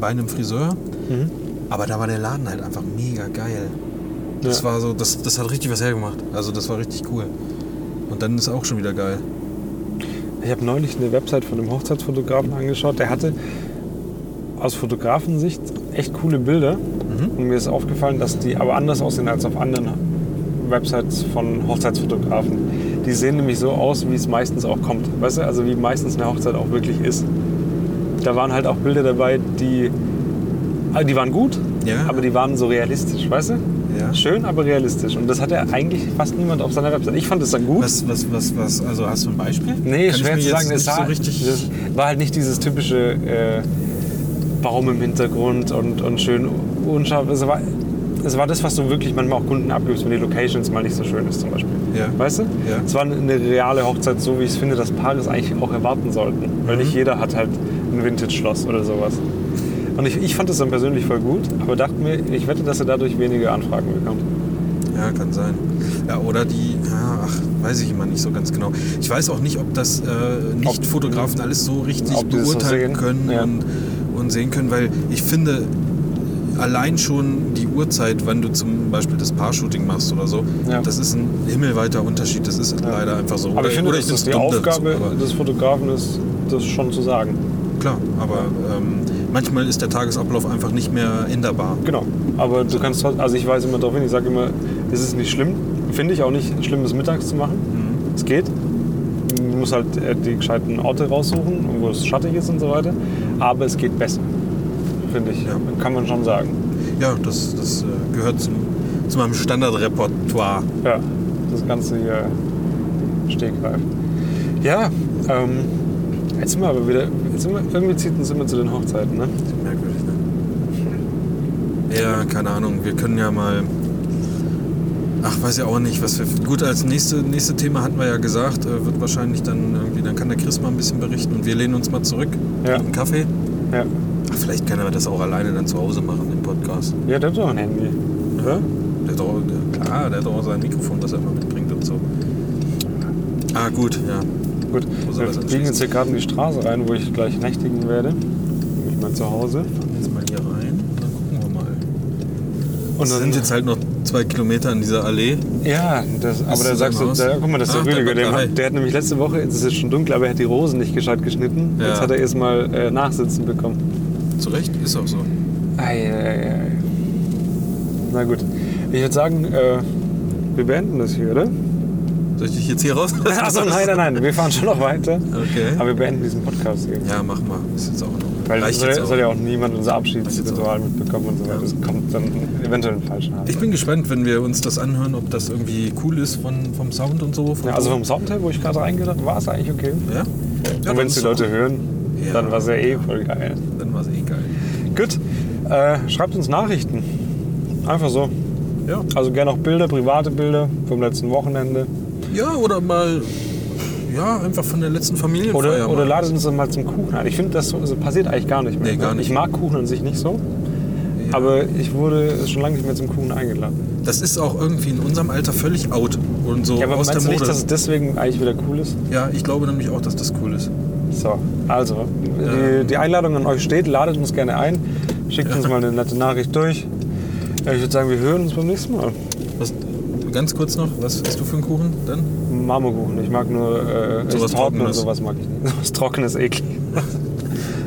bei einem Friseur.
Mhm.
Aber da war der Laden halt einfach mega geil. Das
Ja.
war so, das, das hat richtig was hergemacht. Also das war richtig cool. Und dann ist auch schon wieder geil.
Ich habe neulich eine Website von einem Hochzeitsfotografen angeschaut. Der hatte aus Fotografensicht echt coole Bilder.
Mhm.
Und mir ist aufgefallen, dass die aber anders aussehen als auf anderen Websites von Hochzeitsfotografen. Die sehen nämlich so aus, wie es meistens auch kommt. Weißt du, also wie meistens eine Hochzeit auch wirklich ist. Da waren halt auch Bilder dabei, die, also die waren gut,
Ja.
aber die waren so realistisch, weißt du?
Ja.
Schön, aber realistisch. Und das hat ja eigentlich fast niemand auf seiner Website. Ich fand es dann gut.
Was, was, was, was, also hast du ein Beispiel?
Nee,
Kann
schwer
ich
zu
mir
sagen.
Jetzt
Es
nicht so
sah,
richtig.
das war halt nicht dieses typische äh, Baum im Hintergrund und, und schön unscharf. Es war, es war das, was du wirklich manchmal auch Kunden abgibst, wenn die Locations mal nicht so schön ist zum Beispiel.
Ja.
Weißt du?
Ja.
Es war eine reale Hochzeit, so wie ich es finde, dass Paare es eigentlich auch erwarten sollten. Weil
Mhm.
nicht jeder hat halt ein Vintage-Schloss oder sowas. Und ich, ich fand es dann persönlich voll gut, aber dachte mir, ich wette, dass er dadurch weniger Anfragen bekommt.
Ja, kann sein. Ja, oder die, ja, ach, weiß ich immer nicht so ganz genau. Ich weiß auch nicht, ob das äh, Nicht-Fotografen alles so richtig
ob die das so
beurteilen
sehen.
können
Ja.
und, und sehen können, weil ich finde, allein schon die Uhrzeit, wann du zum Beispiel das Paar-Shooting machst oder so,
Ja.
das ist ein himmelweiter Unterschied. Das ist leider einfach so.
Aber ich finde, dass
bin's
das die
dumm dazu,
Aufgabe
aber-
des Fotografen ist, das schon zu sagen.
Klar, aber ähm, manchmal ist der Tagesablauf einfach nicht mehr änderbar.
Genau, aber du kannst trotzdem, also ich weise immer darauf hin, ich sage immer, es ist nicht schlimm, finde ich auch nicht schlimm, es mittags zu machen. Es geht. Du musst halt äh, die gescheiten Orte raussuchen, wo es schattig ist und so weiter. Aber es geht besser, finde ich.
Ja.
Kann man schon sagen.
Ja, das, das äh, gehört zum, zu meinem Standardrepertoire.
Ja, das Ganze hier stegreif. Ja, ähm, jetzt sind wir aber wieder, jetzt sind wir, irgendwie zieht uns immer zu den Hochzeiten, ne?
Merkwürdig, ne? Ja, keine Ahnung. Wir können ja mal. Ach, weiß ja auch nicht, was wir. Gut, als nächste, nächste Thema hatten wir ja gesagt, äh, wird wahrscheinlich dann irgendwie, dann kann der Chris mal ein bisschen berichten und wir lehnen uns mal zurück,
Ja.
trinken Kaffee.
Ja,
Ach, vielleicht kann er das auch alleine dann zu Hause machen, den Podcast.
ja der hat doch ein Handy.
Ja? Der hat auch, der, klar, der hat auch sein Mikrofon, das er immer mitbringt und so. Ah, gut, ja.
Gut,
Muss
wir
aber sein
biegen jetzt hier gerade in die Straße rein, wo ich gleich nächtigen werde. Ich mein Zuhause.
Jetzt mal hier rein und dann gucken wir mal.
Und
Und
dann-
sind jetzt halt noch zwei Kilometer in dieser Allee.
Ja, das, aber
ist
da
das
sagst
dein
du,
Haus?
da, guck mal, das ist
Ah,
der Rüdiger.
der
Der,
Bäckerei.
hat- der hat nämlich letzte Woche, jetzt ist es schon dunkel, aber er hat die Rosen nicht gescheit geschnitten.
Ja.
Jetzt hat er erstmal äh, Nachsitzen bekommen.
Zu Recht, ist auch so.
Ei, ei, ei, ei. Na gut, ich würde sagen, äh, wir beenden das hier, oder?
Soll ich dich jetzt hier raus?
Achso, Also nein, nein, nein, wir fahren schon noch weiter.
Okay.
Aber wir beenden diesen Podcast hier.
Ja, mach mal. Ist jetzt auch noch.
Weil
Reicht
soll,
jetzt auch.
soll ja auch niemand unser
jetzt
Abschiedsritual mitbekommen und so weiter.
Ja.
Das kommt dann eventuell in den falschen Hand.
Ich bin gespannt, wenn wir uns das anhören, ob das irgendwie cool ist von, vom Sound und so. Vom
Ja, also vom Soundteil, wo ich gerade reingehört habe, war es eigentlich okay.
Ja? ja
und
dann
wenn es
ist
die
doch-
Leute hören,
Ja.
dann war es ja eh voll geil.
Dann war es eh geil.
Gut, äh, schreibt uns Nachrichten. Einfach so.
Ja.
Also gerne auch Bilder, private Bilder vom letzten Wochenende.
ja, oder mal. Ja, einfach von der letzten Familie.
Oder, oder ladet uns dann mal zum Kuchen ein. Ich finde, das so, also passiert eigentlich gar nicht mehr. ne?
Nee, gar nicht.
Ich mag Kuchen an sich nicht so.
Ja.
Aber ich wurde schon lange nicht mehr zum Kuchen eingeladen.
Das ist auch irgendwie in unserem Alter völlig out. Und so
Ja, aber
aus der
meinst du
Mode.
nicht, dass es deswegen eigentlich wieder cool ist?
ja, ich glaube nämlich auch, dass das cool ist.
So, also, die, die Einladung an euch steht. Ladet uns gerne ein. Schickt uns mal eine nette Nachricht durch. Ja, Ich würde sagen, wir hören uns beim nächsten Mal.
Was, ganz kurz noch, was isst du für einen Kuchen dann?
Marmorkuchen. Ich mag nur äh, echt
Sowas
trocken und
Trockenes.
sowas mag ich nicht. Sowas Trockenes, eklig.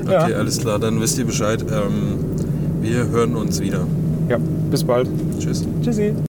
Okay,
Ja.
alles klar, dann wisst ihr Bescheid. Ähm, wir hören uns wieder.
Ja, bis bald.
Tschüss.
Tschüssi.